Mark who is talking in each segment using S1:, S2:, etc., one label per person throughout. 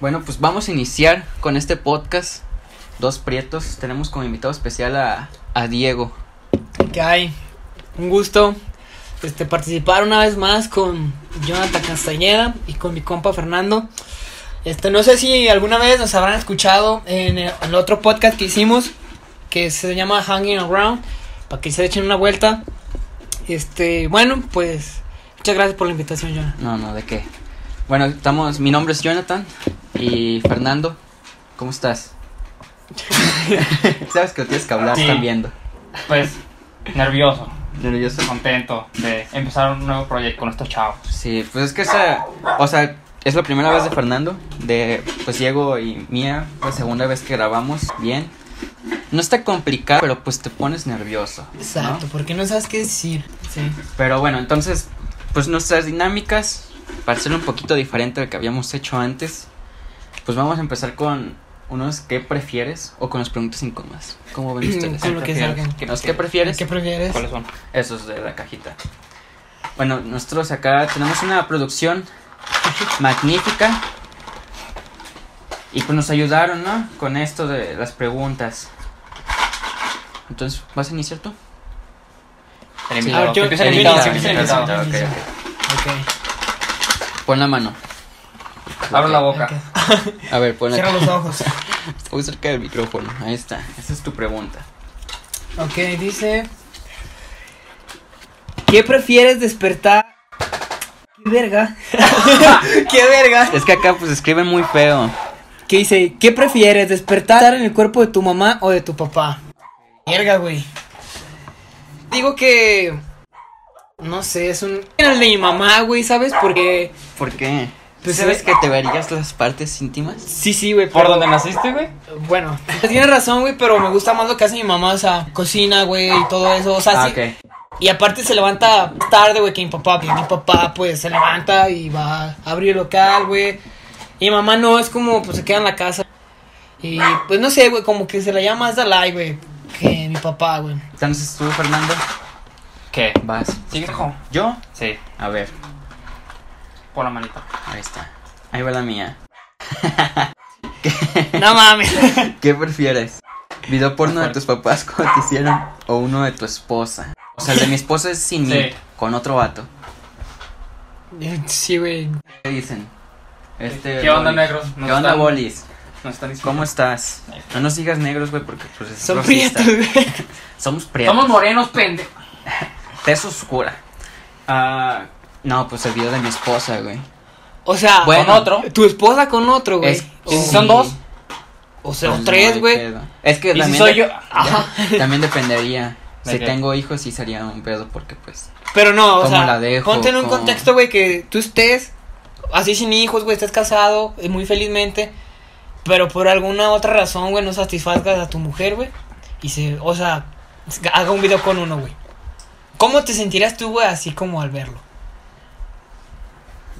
S1: Bueno, pues vamos a iniciar con este podcast. Dos prietos. Tenemos como invitado especial a, a Diego.
S2: ¿Qué hay? Un gusto este, participar una vez más con Jonathan Castañeda y con mi compa Fernando. Este, no sé si alguna vez nos habrán escuchado en el, en el otro podcast que hicimos, que se llama Hanging Around, para que se echen una vuelta. Este, bueno, pues muchas gracias por la invitación, Jonathan.
S1: No, no, ¿de qué? Bueno, estamos. Mi nombre es Jonathan y Fernando. ¿Cómo estás? Sabes que lo tienes que hablar,
S3: Sí.
S1: están viendo.
S3: Pues nervioso,
S1: Nervioso.
S3: contento de empezar un nuevo proyecto con estos chavos.
S1: Sí, pues es que esa, o sea, es la primera vez de Fernando, de pues Diego y mía, la segunda vez que grabamos bien. No está complicado, pero pues te pones nervioso. ¿no?
S2: Exacto, porque no sabes qué decir. Sí.
S1: Pero bueno, entonces, pues nuestras dinámicas, para ser un poquito diferente de lo que habíamos hecho antes, pues vamos a empezar con unos qué prefieres o con las preguntas incómodas. ¿Cómo ven ustedes?
S2: Con lo que
S3: prefieres?
S2: salgan.
S3: ¿Qué
S1: Los qué
S3: prefieres?
S1: prefieres,
S2: ¿Qué prefieres?
S3: ¿Cuáles son?
S1: esos de la cajita. Bueno, nosotros acá tenemos una producción magnífica. Y pues nos ayudaron, ¿no? Con esto de las preguntas. Entonces, ¿vas a iniciar tú?
S3: El
S2: A
S3: invitado.
S2: ver, Ah, yo-
S3: que empiece el
S2: yo
S3: invitado,
S2: inicio,
S3: que empiece el
S2: yo inicio.
S3: invitado.
S1: Ok,
S2: invitado.
S1: ok.
S2: Ok.
S1: Pon la mano.
S3: Abro la boca.
S2: ok.
S1: A ver, pon
S2: Cierra los ojos.
S1: Voy cerca del micrófono. Ahí está. Esa es tu pregunta.
S2: Ok, dice. ¿Qué prefieres despertar? ¿Qué verga? ¿Qué verga?
S1: Es que acá pues escriben muy feo.
S2: ¿Qué dice? ¿Qué prefieres despertar en el cuerpo de tu mamá o de tu papá? Verga, güey. Digo que. No sé, es un. Era el de mi mamá, güey, ¿sabes? Porque.
S1: ¿Por qué? ¿Tú
S2: Pues,
S1: sabes
S2: eh,
S1: que te verías las partes íntimas?
S2: Sí, sí, güey.
S3: ¿Por
S2: pero-
S3: dónde naciste, güey?
S2: Bueno, tienes razón, güey, pero me gusta más lo que hace mi mamá, o sea, cocina, güey, y todo eso, o sea,
S1: Ah,
S2: sí-
S1: ok.
S2: Y aparte se levanta tarde, güey, que mi papá. pues, Mi papá, pues, se levanta y va a abrir el local, güey. Y mi mamá no, es como, pues, se queda en la casa. Y, pues, no sé, güey, como que se la llama más Dalai, güey, que mi papá, güey.
S1: Entonces tú, Fernando,
S3: ¿Qué?
S1: vas.
S3: ¿Sigues hijo?
S1: ¿Yo?
S3: Sí,
S1: A ver,
S3: por la manita.
S1: ahí está. Ahí va la mía.
S2: No mames.
S1: ¿Qué prefieres? ¿Video porno de tus papás como te hicieron o uno de tu esposa? O sea, el de mi esposa es sin
S3: Sí.
S1: mí, con otro vato.
S2: Sí, güey.
S1: ¿Qué dicen? Este,
S3: ¿Qué onda,
S1: Bolis?
S3: negros?
S1: ¿Qué
S3: Nos
S1: onda,
S3: están-
S1: bolis?
S3: Nos están diciendo.
S1: ¿Cómo estás? No nos digas negros, güey, porque pues, es
S2: Son
S1: racista.
S2: prietos, güey.
S1: Somos prietos.
S3: Somos morenos, pende.
S1: Tez oscura. Ah, no, pues el video de mi esposa, güey.
S2: O sea,
S1: Bueno,
S2: con otro. Tu esposa con otro, güey. oh.
S1: Es-
S2: O,
S3: si son dos?
S2: o sea,
S1: Pues
S2: o
S1: no
S2: tres,
S1: hay
S2: güey.
S1: pedo. Es que
S3: ¿Y si
S1: también,
S3: soy
S1: de-
S3: yo?
S1: también dependería.
S3: ¿De
S1: Si
S3: qué?
S1: tengo hijos, sí sería un pedo, porque pues.
S2: Pero no, o
S1: ¿Cómo
S2: sea,
S1: la dejo?
S2: ponte en un
S1: ¿Cómo?
S2: contexto, güey, que tú estés así sin hijos, güey, estés casado, eh, muy felizmente, pero por alguna otra razón, güey, no satisfazgas a tu mujer, güey, y se, o sea, s- haga un video con uno, güey. ¿Cómo te sentirías tú, güey, así como al verlo?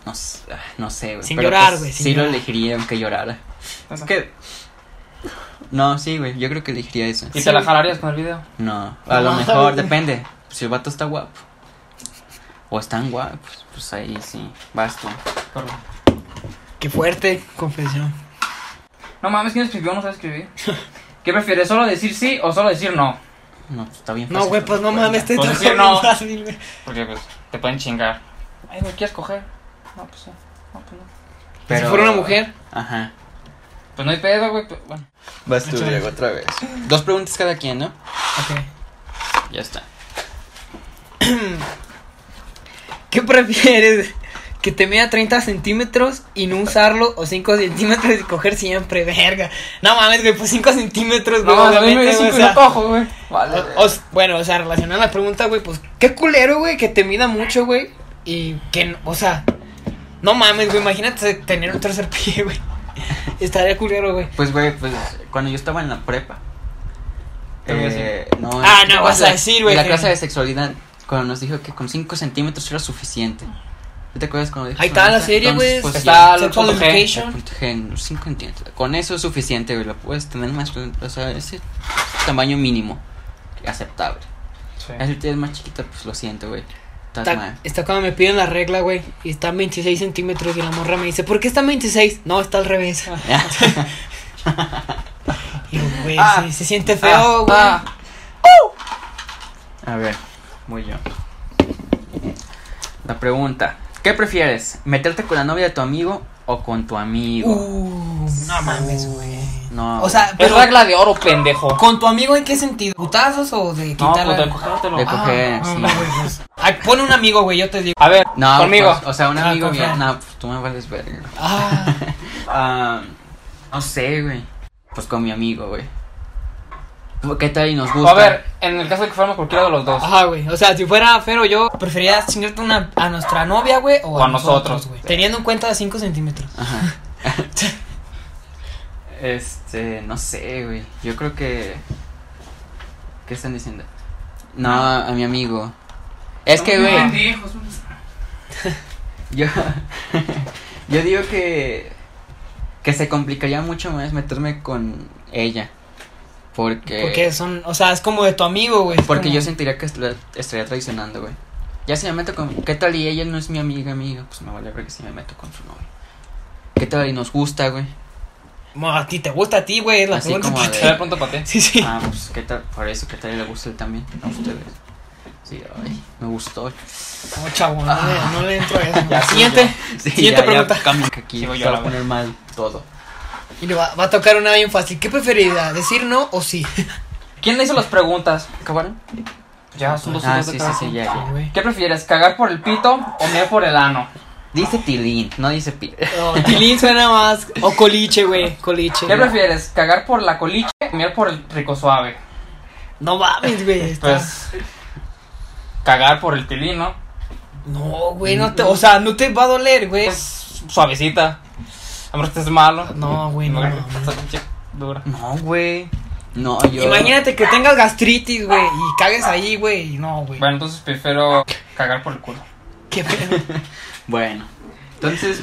S1: No, s- ah, no sé, güey.
S2: Sin
S1: pero,
S2: llorar,
S1: pues,
S2: güey, sin
S1: Sí lo
S2: llorar.
S1: elegiría aunque llorara.
S3: Es
S1: Es
S3: que-
S1: que. No, sí, güey. Yo creo que elegiría eso.
S3: ¿Y te la jalarías con el video?
S1: No, a
S2: No,
S1: lo mejor,
S2: güey.
S1: depende. Si el vato está guapo. O están guapos, pues ahí sí. Vas tú.
S3: Perdón.
S2: Qué fuerte confesión.
S3: No mames, ¿quién escribió? No sabe escribir. ¿Qué prefieres, solo decir sí o solo decir no?
S1: No, pues, está bien
S2: No,
S1: fácil,
S2: güey, pues no mames, te
S3: Pues
S2: tocó
S3: sí, no.
S2: bien fácil, güey.
S3: Porque pues te pueden chingar. Ay, ¿me quieres coger? No, pues sí. No, pues no.
S1: Pero-
S2: Si fuera una mujer,
S1: Ajá.
S3: Pues no hay pedo, güey. pues, Bueno.
S1: Vas
S2: tú, Diego,
S1: otra vez. Dos preguntas cada quien, ¿no?
S2: ok.
S1: Ya está.
S2: ¿Qué prefieres? ¿Que te mida 30 centímetros y no usarlo? ¿O 5 centímetros y coger siempre? Verga. No mames, güey, pues 5 centímetros, güey.
S3: No, a mí
S2: obviamente,
S3: me
S2: güey,
S3: dicen
S2: o
S3: que
S2: sea,
S3: no cojo, güey. Vale.
S2: o- o- bueno, o sea, relacionada a la pregunta, güey, pues qué culero, güey, que te mida mucho, güey. Y que, no- o sea, no mames, güey, imagínate tener un tercer pie, güey. Estaría culero, güey.
S1: Pues, güey, pues cuando yo estaba en la prepa.
S3: Te voy a
S1: eh, no,
S2: Ah,
S1: en-
S2: no, vas a
S1: la-
S2: decir, güey,
S1: En la
S2: que-
S1: clase de sexualidad, cuando nos dijo que con 5 centímetros era suficiente. ¿No ¿Te acuerdas cuando dijo
S2: Ahí
S1: eso,
S2: está la
S1: neta?
S2: serie,
S1: Entonces,
S2: güey.
S1: Pues,
S3: está
S1: está.
S3: el
S2: Sexual
S3: punto G.
S2: Education.
S1: 5 centímetros. Con eso es suficiente, güey. Lo puedes tener más. O sea, ese tamaño mínimo aceptable.
S3: Sí.
S1: Ya Si tienes más chiquita, pues lo siento, güey. Estás
S2: Está,
S1: mal.
S2: está cuando me piden la regla, güey. Y están 26 centímetros. Y la morra me dice, ¿por qué están 26? No, está al revés. Y yo, güey,
S3: Ah,
S2: se, se siente feo, güey.
S3: Ah,
S1: A ver, voy yo. La pregunta: ¿Qué prefieres? ¿Meterte con la novia de tu amigo o con tu amigo?
S2: Uh, no mames, güey.
S1: no.
S2: O sea,
S3: es
S2: pero
S3: regla de oro, pendejo.
S2: ¿con tu amigo en qué sentido? ¿Putazos o de
S3: No,
S2: quitarla?
S3: pues de cogértelo.
S1: De
S3: Ah,
S1: coger, sí.
S2: pues, Ay, pon un amigo, güey, yo te digo.
S3: A ver,
S1: No,
S3: conmigo.
S1: pues, o sea, un
S2: Ah,
S1: amigo
S2: confiar.
S1: bien. No, pues tú me vales verga.
S2: Ah,
S1: Ah, no sé, güey. Pues con mi amigo, güey. ¿Qué tal y nos gusta?
S3: A ver, en el caso de que fuéramos cualquiera de los dos.
S2: ajá, güey. O sea, si fuera Fer o yo, preferiría chingarte una, a nuestra novia, güey, o,
S3: O a nosotros.
S2: güey. Teniendo en cuenta 5 centímetros.
S1: Ajá. este, no sé, güey. Yo creo que. ¿Qué están diciendo? No, a mi amigo. Es que, güey, yo. yo digo que. Que se complicaría mucho más meterme con ella. Porque.
S2: Porque son, o sea, es como de tu amigo, güey. es
S1: Porque
S2: como-
S1: yo sentiría que la estaría traicionando, güey. Ya si me meto con. ¿Qué tal y ella no es mi amiga, amiga? Pues me vale que si me meto con su novio. ¿Qué tal y nos gusta, güey?
S2: Mo, a ti te gusta a ti, güey, es la
S1: Así
S2: pregunta
S1: como
S2: que
S1: de-
S2: te-
S3: A ver, pronto para ti.
S2: Sí, sí.
S1: Ah, pues qué tal. Por eso, ¿qué tal y le gusta él también? A ustedes. Sí, ay, me gustó.
S2: No, chavo, no, le, no le entro a eso.
S1: Ya, sí,
S2: Siguiente.
S1: ya. Sí,
S2: Siguiente
S1: ya,
S2: pregunta.
S1: Ya, cambio, que aquí
S3: Sigo yo,
S1: se va
S3: la
S1: a poner mal todo.
S2: Y le va, va a tocar una bien fácil. ¿Qué preferiría? ¿Decir no o sí?
S3: ¿Quién le hizo las preguntas?
S1: ¿Acabaron?
S3: Ya, son dos
S1: Ah,
S3: segundos
S1: sí,
S3: de
S1: sí,
S3: cada
S1: sí,
S3: quien.
S1: ya, ya.
S2: güey.
S3: ¿Qué prefieres, cagar por el pito o mear por el ano?
S1: Dice Tilín, no dice Pi.
S2: No, Tilín suena más. O coliche, güey. Coliche.
S3: ¿Qué prefieres, cagar por la coliche o mear por el rico suave?
S2: No mames, güey. está-
S3: Pues, cagar por el tilín, ¿no?
S2: No, güey, no te. O sea, no te va a doler, güey.
S3: Es suavecita. A menos que estés malo.
S2: No, güey, no,
S3: No,
S2: no,
S3: está pinche dura.
S1: No, güey. No, yo.
S2: Imagínate que tengas gastritis, güey, y cagues ahí, güey. y No, güey.
S3: Bueno, entonces prefiero cagar por el culo.
S2: Qué pedo.
S1: Bueno, entonces.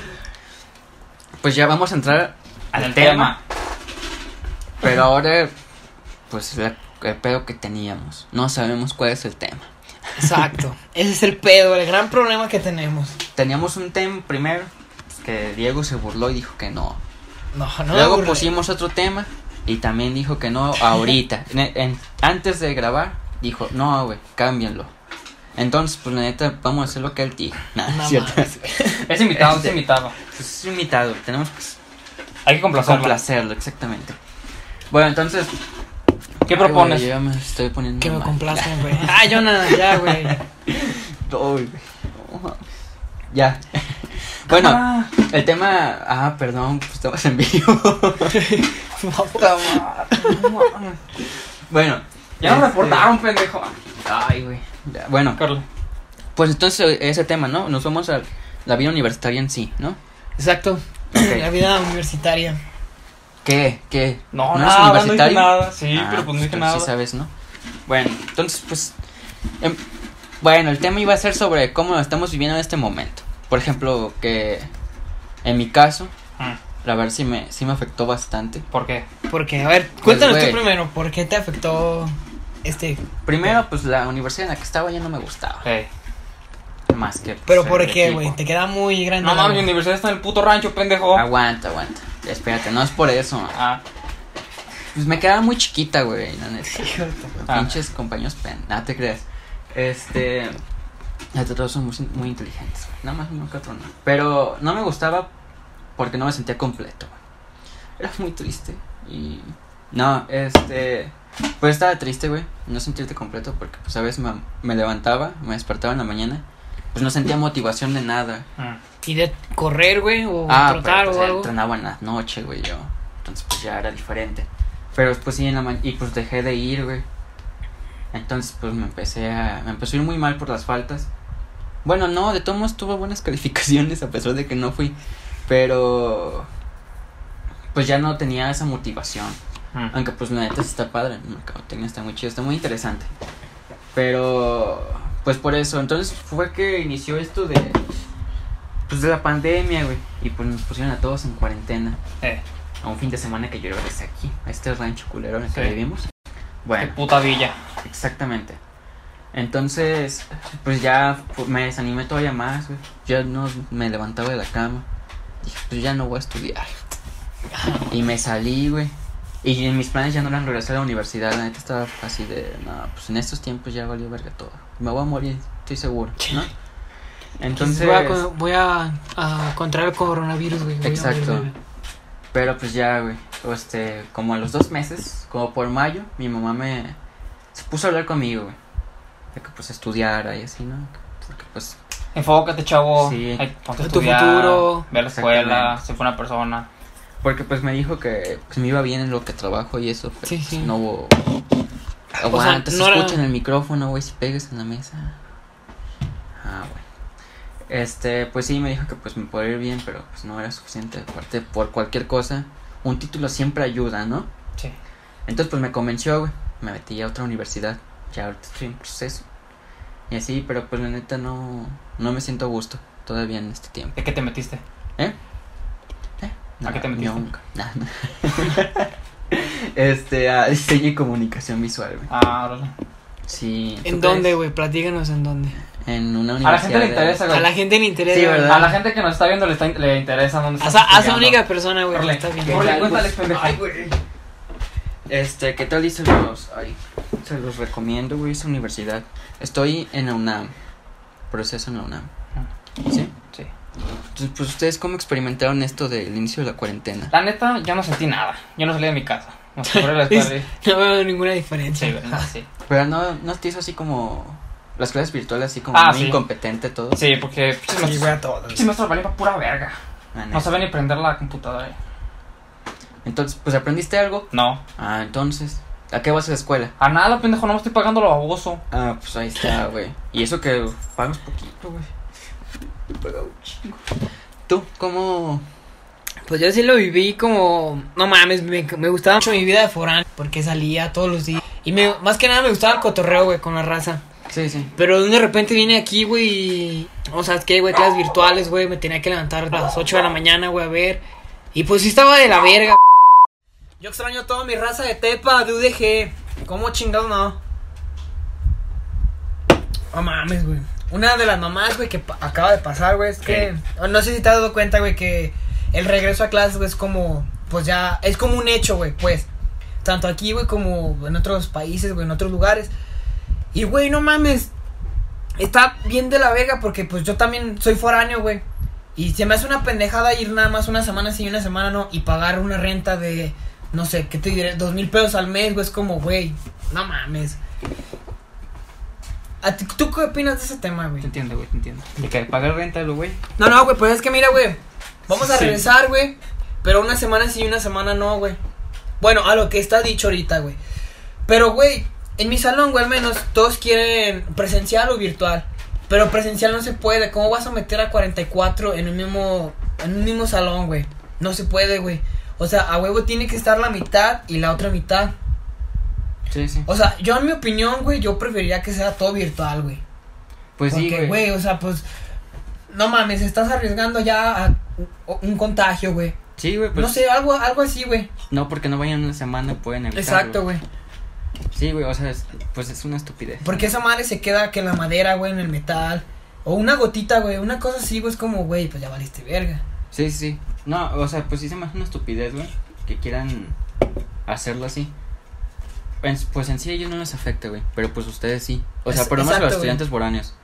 S1: Pues ya vamos a entrar al
S3: El
S1: tema. Pero ahora, pues la- el pedo que teníamos. No sabemos cuál es el tema.
S2: Exacto. Ese es el pedo, el gran problema que tenemos.
S1: Teníamos un tema primero que Diego se burló y dijo que no.
S2: No, no.
S1: Luego
S2: güey.
S1: pusimos otro tema y también dijo que no ahorita. En- en- antes de grabar, dijo, no, güey, cámbienlo. Entonces, pues la neta, vamos a hacer lo que él dijo. Nah,
S2: No
S1: es cierto.
S2: mames.
S3: Es invitado,
S1: Este.
S3: es invitado.
S1: Pues, es un invitado, tenemos que
S3: Hay que complacerlo.
S1: complacerlo, exactamente. Bueno, entonces...
S3: ¿Qué
S1: ay, güey,
S3: propones?
S1: yo ya me estoy poniendo
S2: Que me
S1: mal.
S2: complacen, güey. Ah, yo nada, ya, güey.
S1: Ay, güey. Ya. Bueno,
S3: Ah.
S1: el tema. Ah, perdón, pues estamos en vivo.
S3: Puta madre, no mames.
S1: bueno.
S3: Ya nos
S1: este,
S3: reportaron, pendejo.
S1: Ay, güey. Ya, Bueno,
S3: Carla.
S1: pues entonces ese tema, ¿no? Nos vamos a la vida universitaria en sí, ¿no?
S2: Exacto.
S1: Ok.
S2: La vida universitaria.
S1: ¿Qué? ¿Qué?
S3: No,
S1: eres
S3: nada, no dije
S1: universitario?
S3: nada. Sí,
S1: Ah,
S3: pero pues no dije
S1: pero
S3: nada.
S1: Sí sabes, ¿no? Bueno, entonces, pues... em, bueno, el tema iba a ser sobre cómo lo estamos viviendo en este momento. Por ejemplo, que en mi caso,
S3: Mm,
S1: la verdad sí me, sí me afectó bastante.
S3: ¿Por qué?
S2: Porque, a ver, cuéntanos
S1: Pues, güey.
S2: tú primero, ¿por qué te afectó este?
S1: Primero, pues la universidad en la que estaba ya no me gustaba.
S3: Ey.
S1: Más que... pues,
S2: Pero por
S1: el
S2: qué,
S1: equipo.
S2: güey, te queda muy grande.
S3: No
S2: la-
S3: mames, mi universidad está en el puto rancho, pendejo.
S1: Ah, Aguanta, aguanta. Espérate, no es por eso.
S3: Ah,
S1: Pues me quedaba muy chiquita, güey, la neta.
S2: Hijo de tu-
S3: Ah.
S1: Pinches compañeros pen. Nada te creas. Este. ya todos son muy, muy inteligentes. güey. Nada más uno que otro no. Pero no me gustaba porque no me sentía completo. güey. Era muy triste. Y. No, este. Pues estaba triste, güey. No sentirte completo porque, pues a veces me, me levantaba, me despertaba en la mañana. Pues no sentía motivación de nada.
S3: mm.
S2: ¿Y de correr, güey, o trotar
S1: pero, pues,
S2: o algo?
S1: entrenaba en la noche, güey, yo. Entonces, pues ya era diferente. Pero pues sí, en la ma- y pues dejé de ir, güey. Entonces, pues me empecé a... Me empezó a ir muy mal por las faltas. Bueno, no, de todos modos tuve buenas calificaciones a pesar de que no fui. Pero... Pues ya no tenía esa motivación.
S3: Mm.
S1: Aunque pues la neta sí está padre, el mercadotecnia está muy chido, está muy interesante. Pero pues por eso, entonces fue que inició esto de pues de la pandemia, güey, y pues nos pusieron a todos en cuarentena
S3: Eh,
S1: a un fin de semana que yo regresé aquí, a este rancho culero en el que
S3: Sí.
S1: vivimos.
S3: qué
S1: Bueno,
S3: puta villa.
S1: exactamente. Entonces, pues ya pues, me desanimé todavía más, güey. Yo no me levantaba de la cama. Dije, pues ya no voy a estudiar. Y me salí, güey. Y en mis planes ya no eran regresar a la universidad. La neta estaba así de, no, pues en estos tiempos ya valió verga todo. Me voy a morir, estoy seguro, ¿no?
S2: Entonces,
S1: Entonces,
S2: voy a, co- voy a, a contraer el coronavirus, güey. voy a
S1: Exacto.
S2: morirme, güey.
S1: Pero pues ya, güey. Este, como a los dos meses, como por mayo, mi mamá me. Se puso a hablar conmigo, güey. De que pues estudiara y así, ¿no? Porque pues.
S3: Enfócate, chavo.
S1: Sí.
S3: Ay, ponte a
S2: Tu
S3: estudiar,
S2: futuro.
S3: Ve a la escuela,
S1: Exactamente.
S3: se fue una persona.
S1: Porque pues me dijo que pues, me iba bien en lo que trabajo y eso. Pero
S2: Sí,
S1: pues,
S2: sí. Ah,
S1: no hubo.
S2: O sea,
S1: Aguanta,
S2: no
S1: se
S2: era-
S1: escucha en el micrófono, güey, si pegas en la mesa. Ah, bueno. Este, pues sí, me dijo que pues me podía ir bien, pero pues no era suficiente. Aparte, por cualquier cosa, un título siempre ayuda, ¿no?
S3: Sí.
S1: Entonces, pues me convenció, güey. Me metí a otra universidad. Ya ahorita estoy en proceso. Y así, pero pues la neta no, no me siento a gusto todavía en este tiempo.
S3: ¿De qué te metiste? ¿A qué te metiste?
S1: Nunca. Nah, nah. este, a diseño y comunicación visual, güey.
S3: Ah, órale.
S1: Sí. ¿tú
S2: ¿En
S1: crees?
S2: dónde, güey? Platícanos en dónde.
S1: En una
S3: A
S1: universidad.
S3: la gente le
S1: de-
S3: interesa, güey.
S2: A la gente le interesa.
S1: Sí,
S2: güey.
S1: ¿verdad?
S3: A la gente que nos está viendo le, está, le interesa dónde
S2: Haz
S3: estás
S2: a- haz a
S3: estudiando.
S2: la única persona, güey, que
S3: Corle,
S2: está viendo.
S3: corle,
S1: Ay,
S3: cuéntales,
S1: pues,
S3: pendejo.
S1: ay, güey. Este, ¿qué tal? Y se los, ay, se los recomiendo, güey, esa universidad. Estoy en la UNAM. Proceso en la UNAM.
S3: Ah.
S1: ¿Sí?
S3: Sí.
S1: Entonces, pues, ¿ustedes cómo experimentaron esto del inicio de la cuarentena?
S3: La neta, yo no sentí nada. Yo no salí de mi casa. Me aseguré la
S2: Es-
S3: escuela.
S2: No veo ninguna
S3: y- Sí,
S2: diferencia.
S3: ¿verdad? Sí.
S1: Pero no, no te hizo así como... Las clases virtuales así como
S3: Ah,
S1: muy
S3: sí.
S1: incompetente todo.
S3: Sí, porque pinches
S2: Sí,
S3: maestros-
S2: güey, a todos.
S3: pinches maestros valían para pura verga.
S1: La neta.
S3: No saben ni prender la computadora. eh.
S1: Entonces, pues, ¿aprendiste algo?
S3: No.
S1: Ah, entonces, ¿a qué vas a la escuela?
S3: A nada, pendejo, no me estoy pagando lo baboso.
S1: Ah, pues ahí está, güey. Y eso que pagas poquito, güey. ¿Tú cómo...?
S2: Pues yo sí lo viví como. No mames, me, me gustaba mucho mi vida de forán. Porque salía todos los días. Y me, más que nada me gustaba el cotorreo, güey, con la raza.
S1: Sí, sí.
S2: Pero de repente vine aquí, güey. y- O sea, es que, güey, clases virtuales, güey. Me tenía que levantar a las 8 de la mañana, güey, a ver. Y pues sí estaba de la verga. Yo extraño toda mi raza de Tepa, de UDG. ¿Cómo chingado no? No mames, güey. Una de las mamás, güey, que pa- acaba de pasar, güey, es que. No sé si te has dado cuenta, güey, que el regreso a clases, güey, es como. Pues ya. Es como un hecho, güey, pues. Tanto aquí, güey, como en otros países, güey, en otros lugares. Y, güey, no mames. Está bien de la verga porque, pues, yo también soy foráneo, güey. Y se me hace una pendejada ir nada más una semana sí y una semana no. Y pagar una renta de, no sé, ¿qué te diré? Dos mil pesos al mes, güey. Es como, güey, no mames. ¿A ti- ¿Tú qué opinas de ese tema, güey?
S3: Te entiendo, güey, te entiendo. De que pagar renta, lo güey.
S2: No, no, güey, pues es que mira, güey. Vamos a
S3: Sí.
S2: regresar, güey. Pero una semana sí y una semana no, güey. Bueno, a lo que está dicho ahorita, güey. Pero, güey, en mi salón, güey, al menos todos quieren presencial o virtual. Pero presencial no se puede. ¿Cómo vas a meter a 44 en un mismo, en un mismo salón, güey? No se puede, güey. O sea, a huevo tiene que estar la mitad y la otra mitad.
S1: Sí, sí.
S2: O sea, yo en mi opinión, güey, yo preferiría que sea todo virtual, güey.
S1: Pues sí,
S2: Porque, güey, o sea, pues. No mames, estás arriesgando ya a u- un contagio, güey.
S1: Sí, güey, pues
S2: no sé, algo, algo así, güey.
S1: No, porque no vayan una semana, pueden evitarlo.
S2: Exacto, güey.
S1: Sí, güey, o sea, es- pues es una estupidez.
S2: Porque esa madre se queda que en la madera, güey, en el metal. O una gotita, güey. Una cosa así, güey, es como, güey, pues ya valiste verga.
S1: Sí, sí, sí. No, o sea, pues sí se me hace una estupidez, güey, que quieran hacerlo así. Pues, pues en sí a ellos no les afecta, güey, pero pues ustedes sí. O sea,
S2: Es-
S1: por lo menos a los
S2: exacto, güey.
S1: estudiantes foráneos.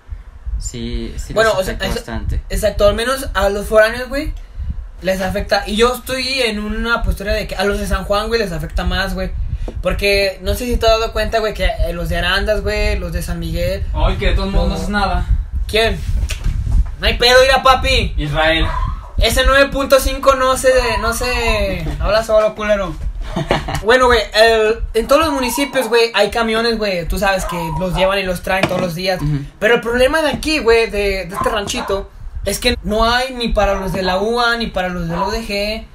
S1: Sí, sí
S2: Bueno,
S1: les
S2: o sea,
S1: afecta
S2: eso-
S1: bastante.
S2: Exacto, al menos a los foráneos, güey, les afecta. Y yo estoy en una postura de que a los de San Juan, güey, les afecta más, güey. Porque no sé si te has dado cuenta, güey, que eh, los de Arandas, güey, los de San Miguel.
S3: Ay, que de todos modos no
S2: No.
S3: haces nada.
S2: ¿Quién? No hay pedo, ir a papi.
S3: Israel.
S2: Ese 9.5 no se, no se habla solo, culero. Bueno, güey, el- en todos los municipios, güey, hay camiones, güey, tú sabes que los llevan y los traen todos los días.
S1: Ujú.
S2: Pero el problema de aquí, güey, de, de este ranchito, es que no hay ni para los de la UA, ni para los de la UDG.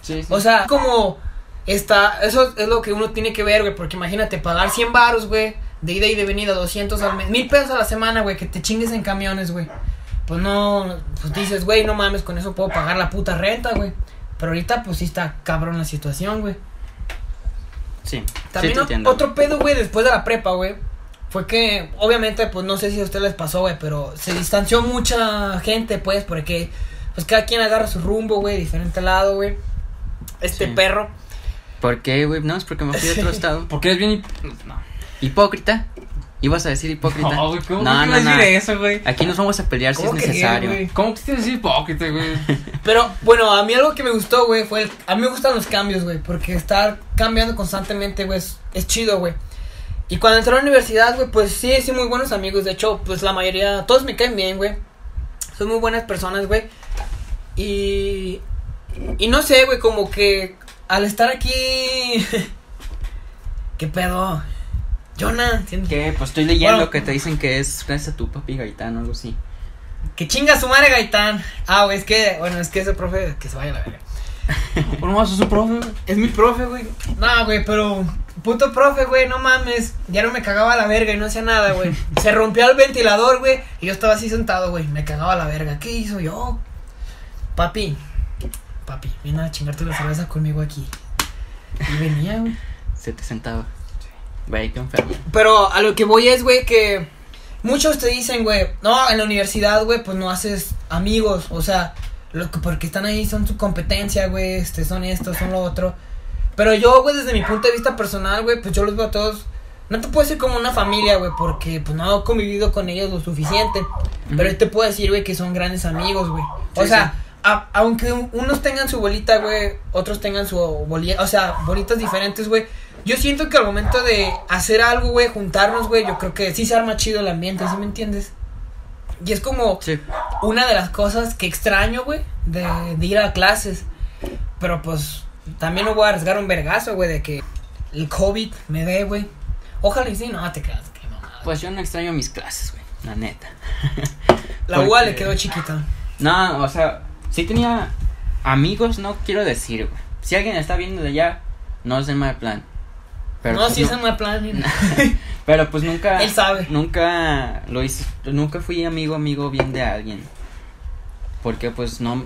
S1: Sí, sí.
S2: O sea, como está, eso es lo que uno tiene que ver, güey, porque imagínate pagar 100 baros, güey, de ida y de venida, 200 al mes, mil pesos a la semana, güey, que te chingues en camiones, güey. Pues no, pues dices, güey, no mames, con eso puedo pagar la puta renta, güey. Pero ahorita, pues sí está cabrón la situación, güey.
S1: sí, sí te
S2: También o-
S1: entiendo,
S2: otro pedo, güey, después de la prepa, güey. fue que, obviamente, pues no sé si a ustedes les pasó, güey, pero se distanció mucha gente, pues, porque, pues cada quien agarra su rumbo, güey, diferente lado, güey. Este
S1: Sí.
S2: perro.
S1: ¿Por qué, güey? No, es porque me fui a otro estado.
S3: Porque eres bien. hip- No.
S1: ¿Hipócrita? ¿Ibas a decir hipócrita?
S3: No, güey, ¿cómo no, decir eso, güey?
S1: Aquí nos vamos a pelear si es
S2: ¿Cómo que,
S1: necesario.
S2: güey?
S3: ¿Cómo que te decir hipócrita, güey?
S2: Pero, bueno, a mí algo que me gustó, güey, fue. el- a mí me gustan los cambios, güey, porque estar cambiando constantemente, güey, es, es chido, güey. Y cuando entré a la universidad, güey, pues sí, sí, muy buenos amigos. De hecho, pues la mayoría, todos me caen bien, güey. Son muy buenas personas, güey. Y. Y no sé, güey, como que al estar aquí. ¿Qué pedo? Jonah, siento-
S1: ¿Qué? Pues estoy leyendo
S2: Bueno.
S1: que te dicen que es gracias a tu papi gaitano, algo así.
S2: que chinga su madre, Gaitán. Ah, güey, es que, bueno, es que ese profe, que se vaya a la verga.
S3: Uno más es un profe, güey.
S2: Es mi profe, güey. No, güey, pero. Puto profe, güey, no mames. Ya no me cagaba la verga y no hacía nada, güey. Se rompió el ventilador, güey. Y yo estaba así sentado, güey. Me cagaba la verga. ¿Qué hizo yo? Papi. Papi, ven a chingarte la cerveza conmigo aquí. Y venía, güey.
S1: Se te sentaba. Güey, qué enfermo.
S2: Pero a lo que voy es, güey, que muchos te dicen, güey, no, en la universidad, güey, pues no haces amigos, o sea, lo que, porque están ahí son su competencia, güey, este, son esto, son lo otro. Pero yo, güey, desde mi punto de vista personal, güey, pues yo los veo a todos, no te puedo decir como una familia, güey, porque pues no he convivido con ellos lo suficiente, pero te puedo decir, güey, que son grandes amigos, güey. O
S1: Sí,
S2: sea... a- aunque un- unos tengan su bolita, güey, otros tengan su bolita, o sea, bolitas diferentes, güey, yo siento que al momento de hacer algo, güey, juntarnos, güey, yo creo que sí se arma chido el ambiente, ¿sí me entiendes? Y es como
S1: Sí.
S2: una de las cosas que extraño, güey, de, de ir a clases. Pero pues también no voy a arriesgar un vergazo, güey, de que el COVID me dé, güey. Ojalá y sí, no, te quedas, que mamada.
S1: Pues yo no extraño mis clases, güey. La neta.
S2: La UA le
S1: porque-
S2: quedó chiquita.
S1: No, o sea, sí tenía amigos, no quiero decir, güey. Si alguien está viendo de allá, no es el mal plan. Pero
S2: no,
S1: pues,
S2: sí, ese no es plan. mira.
S1: Pero pues nunca.
S2: Él sabe.
S1: Nunca lo hice. Nunca fui amigo, amigo bien de alguien. Porque pues no.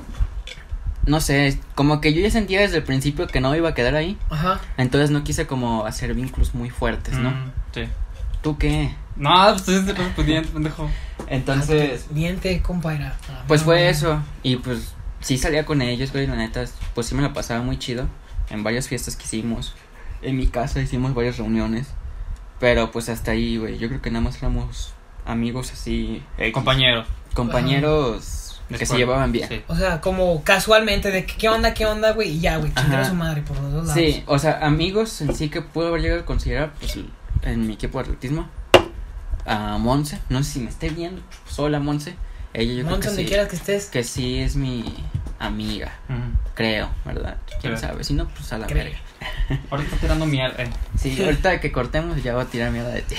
S1: No sé, como que yo ya sentía desde el principio que no iba a quedar ahí.
S2: Ajá.
S1: Entonces no quise como hacer vínculos muy fuertes, ¿no?
S3: Mm, Sí.
S1: ¿Tú qué?
S3: No, pues tú eres pudiente, pendejo.
S2: Ah,
S1: Entonces,
S2: Diente, compadre. Ah,
S1: pues
S2: no.
S1: fue eso. Y pues sí salía con ellos, güey, la neta. Pues sí me la pasaba muy chido. En varias fiestas que hicimos. En mi casa hicimos varias reuniones. Pero pues hasta ahí, güey. Yo creo que nada más éramos amigos así. X.
S3: Compañero.
S1: compañeros que
S3: de
S1: se
S3: escuela.
S1: llevaban bien. Sí.
S3: Sí.
S2: O sea, como casualmente, de que, qué onda, qué onda, güey, y ya, güey, chingar a
S1: Ajá.
S2: su madre por los dos lados.
S1: o sea, amigos en sí que puedo haber llegado a considerar pues, en mi equipo de atletismo a Monse, no sé si me esté viendo, sola Monse, ella yo creo
S2: Monte donde
S1: que sí,
S2: quieras que estés.
S1: que sí es mi amiga,
S3: Ujú.
S1: creo, ¿verdad? ¿Quién
S3: Creo.
S1: sabe? Si no, pues a la
S2: Creo.
S1: verga.
S3: Ahora está tirando mierda. eh.
S1: Sí, ahorita que cortemos ya va a tirar mierda de ti.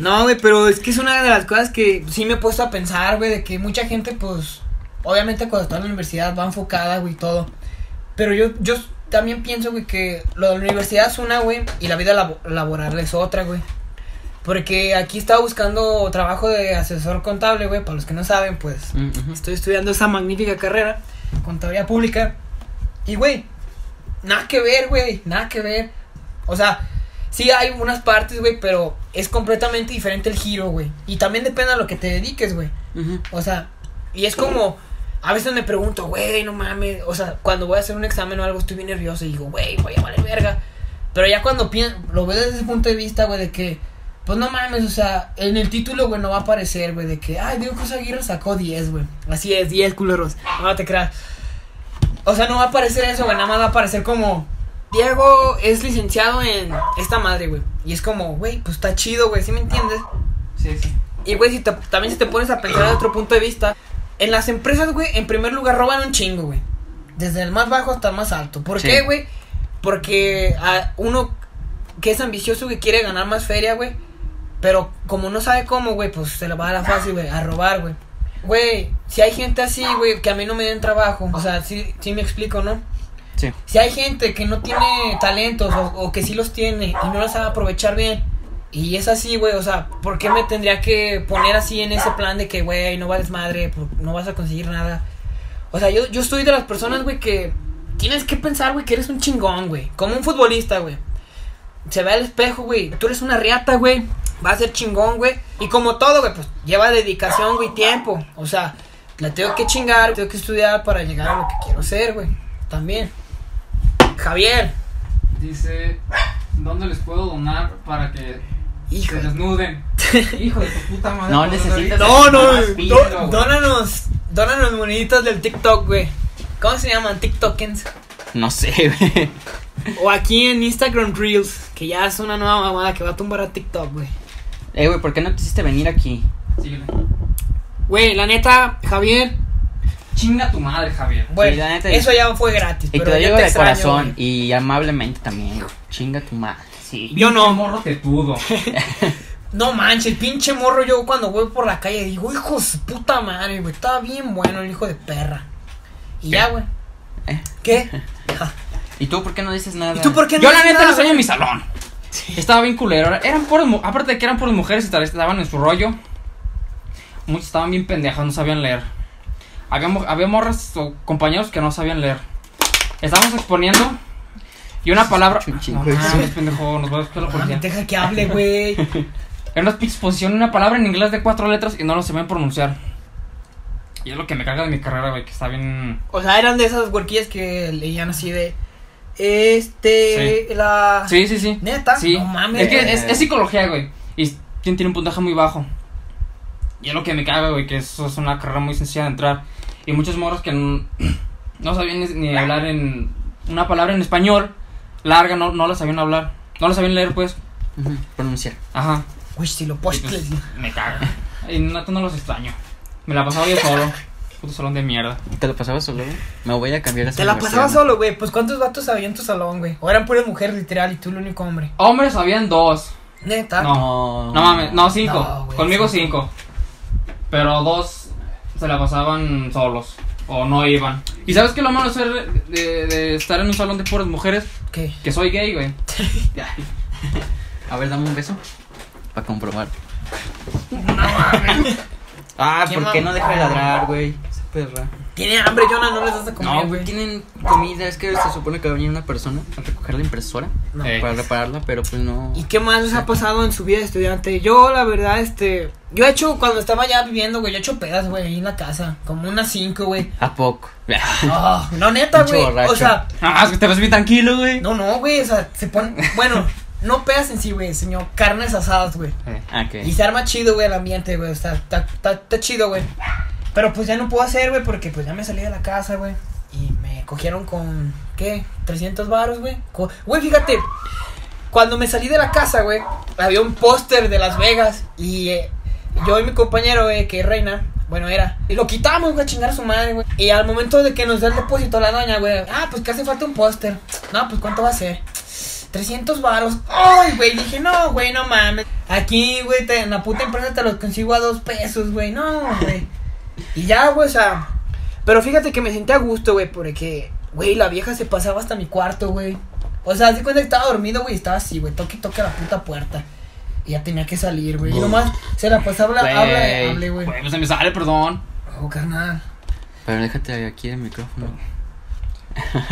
S2: No, güey, pero es que es una de las cosas que sí me he puesto a pensar, güey, de que mucha gente, pues, obviamente cuando está en la universidad va enfocada, güey, y todo. Pero yo, yo también pienso, güey, que lo de la universidad es una, güey, y la vida labo- laboral es otra, güey. Porque aquí estaba buscando trabajo de asesor contable, güey, para los que no saben, pues,
S1: Mm, ujú.
S2: estoy estudiando esa magnífica carrera, contaduría pública. Y, güey, nada que ver, güey, nada que ver. O sea, sí hay unas partes, güey, pero es completamente diferente el giro, güey. Y también depende a lo que te dediques, güey.
S1: Ujú.
S2: O sea, y es como, a veces me pregunto, güey, no mames. O sea, cuando voy a hacer un examen o algo, estoy bien nervioso y digo, güey, voy a valer verga. Pero ya cuando pien- lo veo desde ese punto de vista, güey, de que, pues no mames, o sea, en el título, güey, no va a aparecer, güey, de que, ay, Diego Cruz Aguirre sacó 10, güey. Así es, 10 culeros. No te creas. O sea, no va a aparecer eso, güey, nada más va a aparecer como. Diego es licenciado en esta madre, güey. Y es como, güey, pues está chido, güey, ¿sí me entiendes?
S3: Sí, sí.
S2: Y, güey, si te- también si te pones a pensar de otro punto de vista, en las empresas, güey, en primer lugar roban un chingo, güey. Desde el más bajo hasta el más alto. ¿Por
S1: Sí.
S2: qué, güey? Porque a uno que es ambicioso, que quiere ganar más feria, güey. Pero como no sabe cómo, güey, pues se la va a la fácil, güey, a robar, güey. Güey, si hay gente así, güey, que a mí no me den trabajo. O sea, sí, sí me explico, ¿no?
S1: Sí.
S2: Si hay gente que no tiene talentos o, o que sí los tiene y no los sabe aprovechar bien, y es así, güey, o sea, ¿por qué me tendría que poner así en ese plan de que, güey, no vales madre, por- no vas a conseguir nada? O sea, yo, yo estoy de las personas, güey, que tienes que pensar, güey, que eres un chingón, güey. Como un futbolista, güey. Se ve al espejo, güey. Tú eres una riata, güey. va a ser chingón, güey. Y como todo, güey, pues lleva dedicación, güey, tiempo. O sea, la tengo que chingar, tengo que estudiar para llegar a lo que quiero ser, güey. También. Javier.
S4: Dice, ¿dónde les puedo donar para que
S2: Hijo.
S4: se desnuden? Hijo de tu puta madre.
S1: No
S4: ¿por dónde
S1: necesitas-
S4: ahorita?
S2: No, no,
S1: Más
S2: do-
S1: pilo,
S4: güey.
S2: dónanos, dónanos moneditas del TikTok, güey. ¿Cómo se llaman? TikTokens.
S1: No sé, güey.
S2: O aquí en Instagram Reels, que ya es una nueva mamada que va a tumbar a TikTok, güey.
S1: Eh, güey, ¿por qué no quisiste venir aquí?
S4: Síguele.
S2: Güey, la neta, Javier,
S4: Chinga tu madre, Javier.
S2: bueno,
S1: la neta,
S2: eso ya fue gratis.
S1: Y te
S2: pero
S1: lo
S2: yo
S1: digo
S2: te
S1: de
S2: extraño,
S1: corazón
S2: güey.
S1: y amablemente también. güey. Chinga tu madre. Sí.
S2: Yo no.
S4: Pinche Morro tetudo.
S2: No manches, pinche morro, yo cuando voy por la calle digo, hijo de su puta madre, güey, estaba bien bueno el hijo de perra. Y ya, güey.
S1: ¿Eh?
S2: ¿Qué?
S1: ¿Y tú por qué no dices nada?
S2: ¿Y tú por qué
S3: Yo la
S2: haces
S3: neta
S2: nada,
S3: los
S2: güey?
S3: en mi salón. Estaba bien culero. Eran puras, mu- aparte de que eran puras mujeres y tal vez estaban en su rollo. Muchos estaban bien pendejas, no sabían leer. Había, mo- había morras o compañeros que no sabían leer. Estábamos exponiendo y una palabra.
S1: escucha un chingo
S3: No
S1: eso.
S3: mames, pendejo, nos va
S1: Pues
S3: a buscar la
S2: Mami,
S3: policía.
S2: deja que hable, güey.
S3: Era una pinche exposición, una palabra en inglés de cuatro letras y no lo sabían pronunciar. Y es lo que me carga de mi carrera, güey, que está bien.
S2: O sea, eran de esas huerquillas que leían así de. Este. La.
S3: Sí, sí, sí.
S2: Neta.
S3: Sí.
S2: No mames.
S3: Es que es, es psicología, güey. Y tiene, tiene un puntaje muy bajo. Y es lo que me caga, güey, que eso es una carrera muy sencilla de entrar. Y muchos morros que n- no sabían ni, ni hablar en una palabra en español larga, no, no la sabían hablar. No la sabían leer, pues.
S1: Ujú, Pronunciar.
S3: Ajá.
S2: Uy, si lo
S3: Y,
S2: postres.
S3: pues, me caga. Y no, no los extraño. Me la pasaba yo solo. Puto salón de mierda.
S1: ¿Te lo pasabas solo? güey? Me voy a cambiar a esa
S2: Te la
S1: universidad,
S2: pasabas
S1: ¿no?
S2: solo, güey. Pues cuántos vatos había en tu salón, güey. O eran puras mujeres, literal, y tú el único hombre.
S3: Hombres habían dos.
S2: Neta.
S3: No.
S1: No.
S3: No mames, no, cinco.
S2: No, güey,
S3: Conmigo
S2: cinco.
S3: cinco. Pero dos se la pasaban solos. O no iban. ¿Y sabes qué es lo malo de, ser- de- de estar en un salón de puras mujeres?
S2: ¿Qué?
S3: Que soy gay, güey.
S1: A ver, dame un beso. Para comprobar.
S3: Ah,
S1: ¿Por qué no deja de ladrar, güey? Esa perra.
S2: Tiene hambre, Jonah, no les das de comer,
S1: No, güey.
S2: güey.
S1: Tienen comida. Es que se supone que va a venir una persona a recoger la impresora
S2: No.
S3: Eh.
S1: para repararla, pero pues no.
S2: ¿Y qué más les ha pasado en su vida de estudiante? Yo, la verdad, este. Yo he hecho, cuando estaba ya viviendo, güey, yo he hecho pedas, güey, ahí en la casa. Como unas cinco, güey.
S1: ¿A poco?
S2: Ah, no, neta,
S1: Pinche
S2: güey.
S1: borracho.
S2: O sea,
S3: Ah, es que te ves bien tranquilo, güey.
S2: No, no, güey, o sea, se ponen. Bueno, no pedas en sí, güey, señor. Carnes asadas, güey.
S3: Eh,
S1: Ah,
S2: Y
S1: que.
S2: se arma chido, güey, el ambiente, güey. Está, está, está, está chido, güey. Pero pues ya no puedo hacer, güey, porque pues ya me salí de la casa, güey. Y me cogieron con, ¿qué? 300 varos, güey. Co- Güey, fíjate. Cuando me salí de la casa, güey, había un póster de Las Vegas. Y eh, yo y mi compañero, güey, que es Reina, bueno, era. Y lo quitamos, güey, a chingar a su madre, güey. Y al momento de que nos da el depósito la doña, güey. Ah, pues que hace falta un póster. No, pues cuánto va a ser. 300 varos. Ay, güey, dije, no, güey, no mames. Aquí, güey, te- en la puta empresa te los consigo a dos pesos, güey. No, güey. Y ya, güey, o sea. Pero fíjate que me senté a gusto, güey, porque, güey, la vieja se pasaba hasta mi cuarto, güey. O sea, así cuando estaba dormido, güey, estaba así, güey, toque y toque a la puta puerta. Y ya tenía que salir, güey. Y nomás se la pasaba, la,
S1: Güey.
S2: habla, hable, güey.
S3: Güey, pues se me sale, perdón.
S2: Oh, carnal.
S1: Pero déjate aquí el micrófono.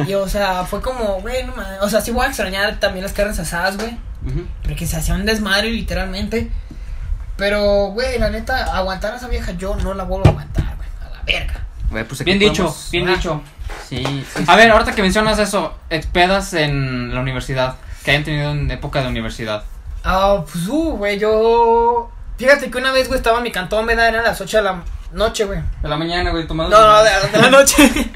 S2: Y, o sea, fue como, güey, no mames. O sea, sí voy a extrañar también las carnes asadas, güey.
S1: Ujú.
S2: Porque se hacía un desmadre literalmente. Pero, güey, la neta, aguantar a esa vieja yo no la vuelvo a aguantar, güey. A la verga.
S1: Güey, pues aquí
S3: Bien dicho,
S1: podemos-
S3: bien
S2: Ah.
S3: dicho.
S1: Sí, sí.
S3: A ver, ahorita que mencionas eso, expedas en la universidad. Que hayan tenido en época de universidad.
S2: Ah, pues, uh, güey, yo... Fíjate que una vez, güey, estaba en mi cantón, me eran las 8 de la noche, güey.
S3: De la mañana, güey,
S2: No,
S3: tomando.
S2: no, de, de la noche.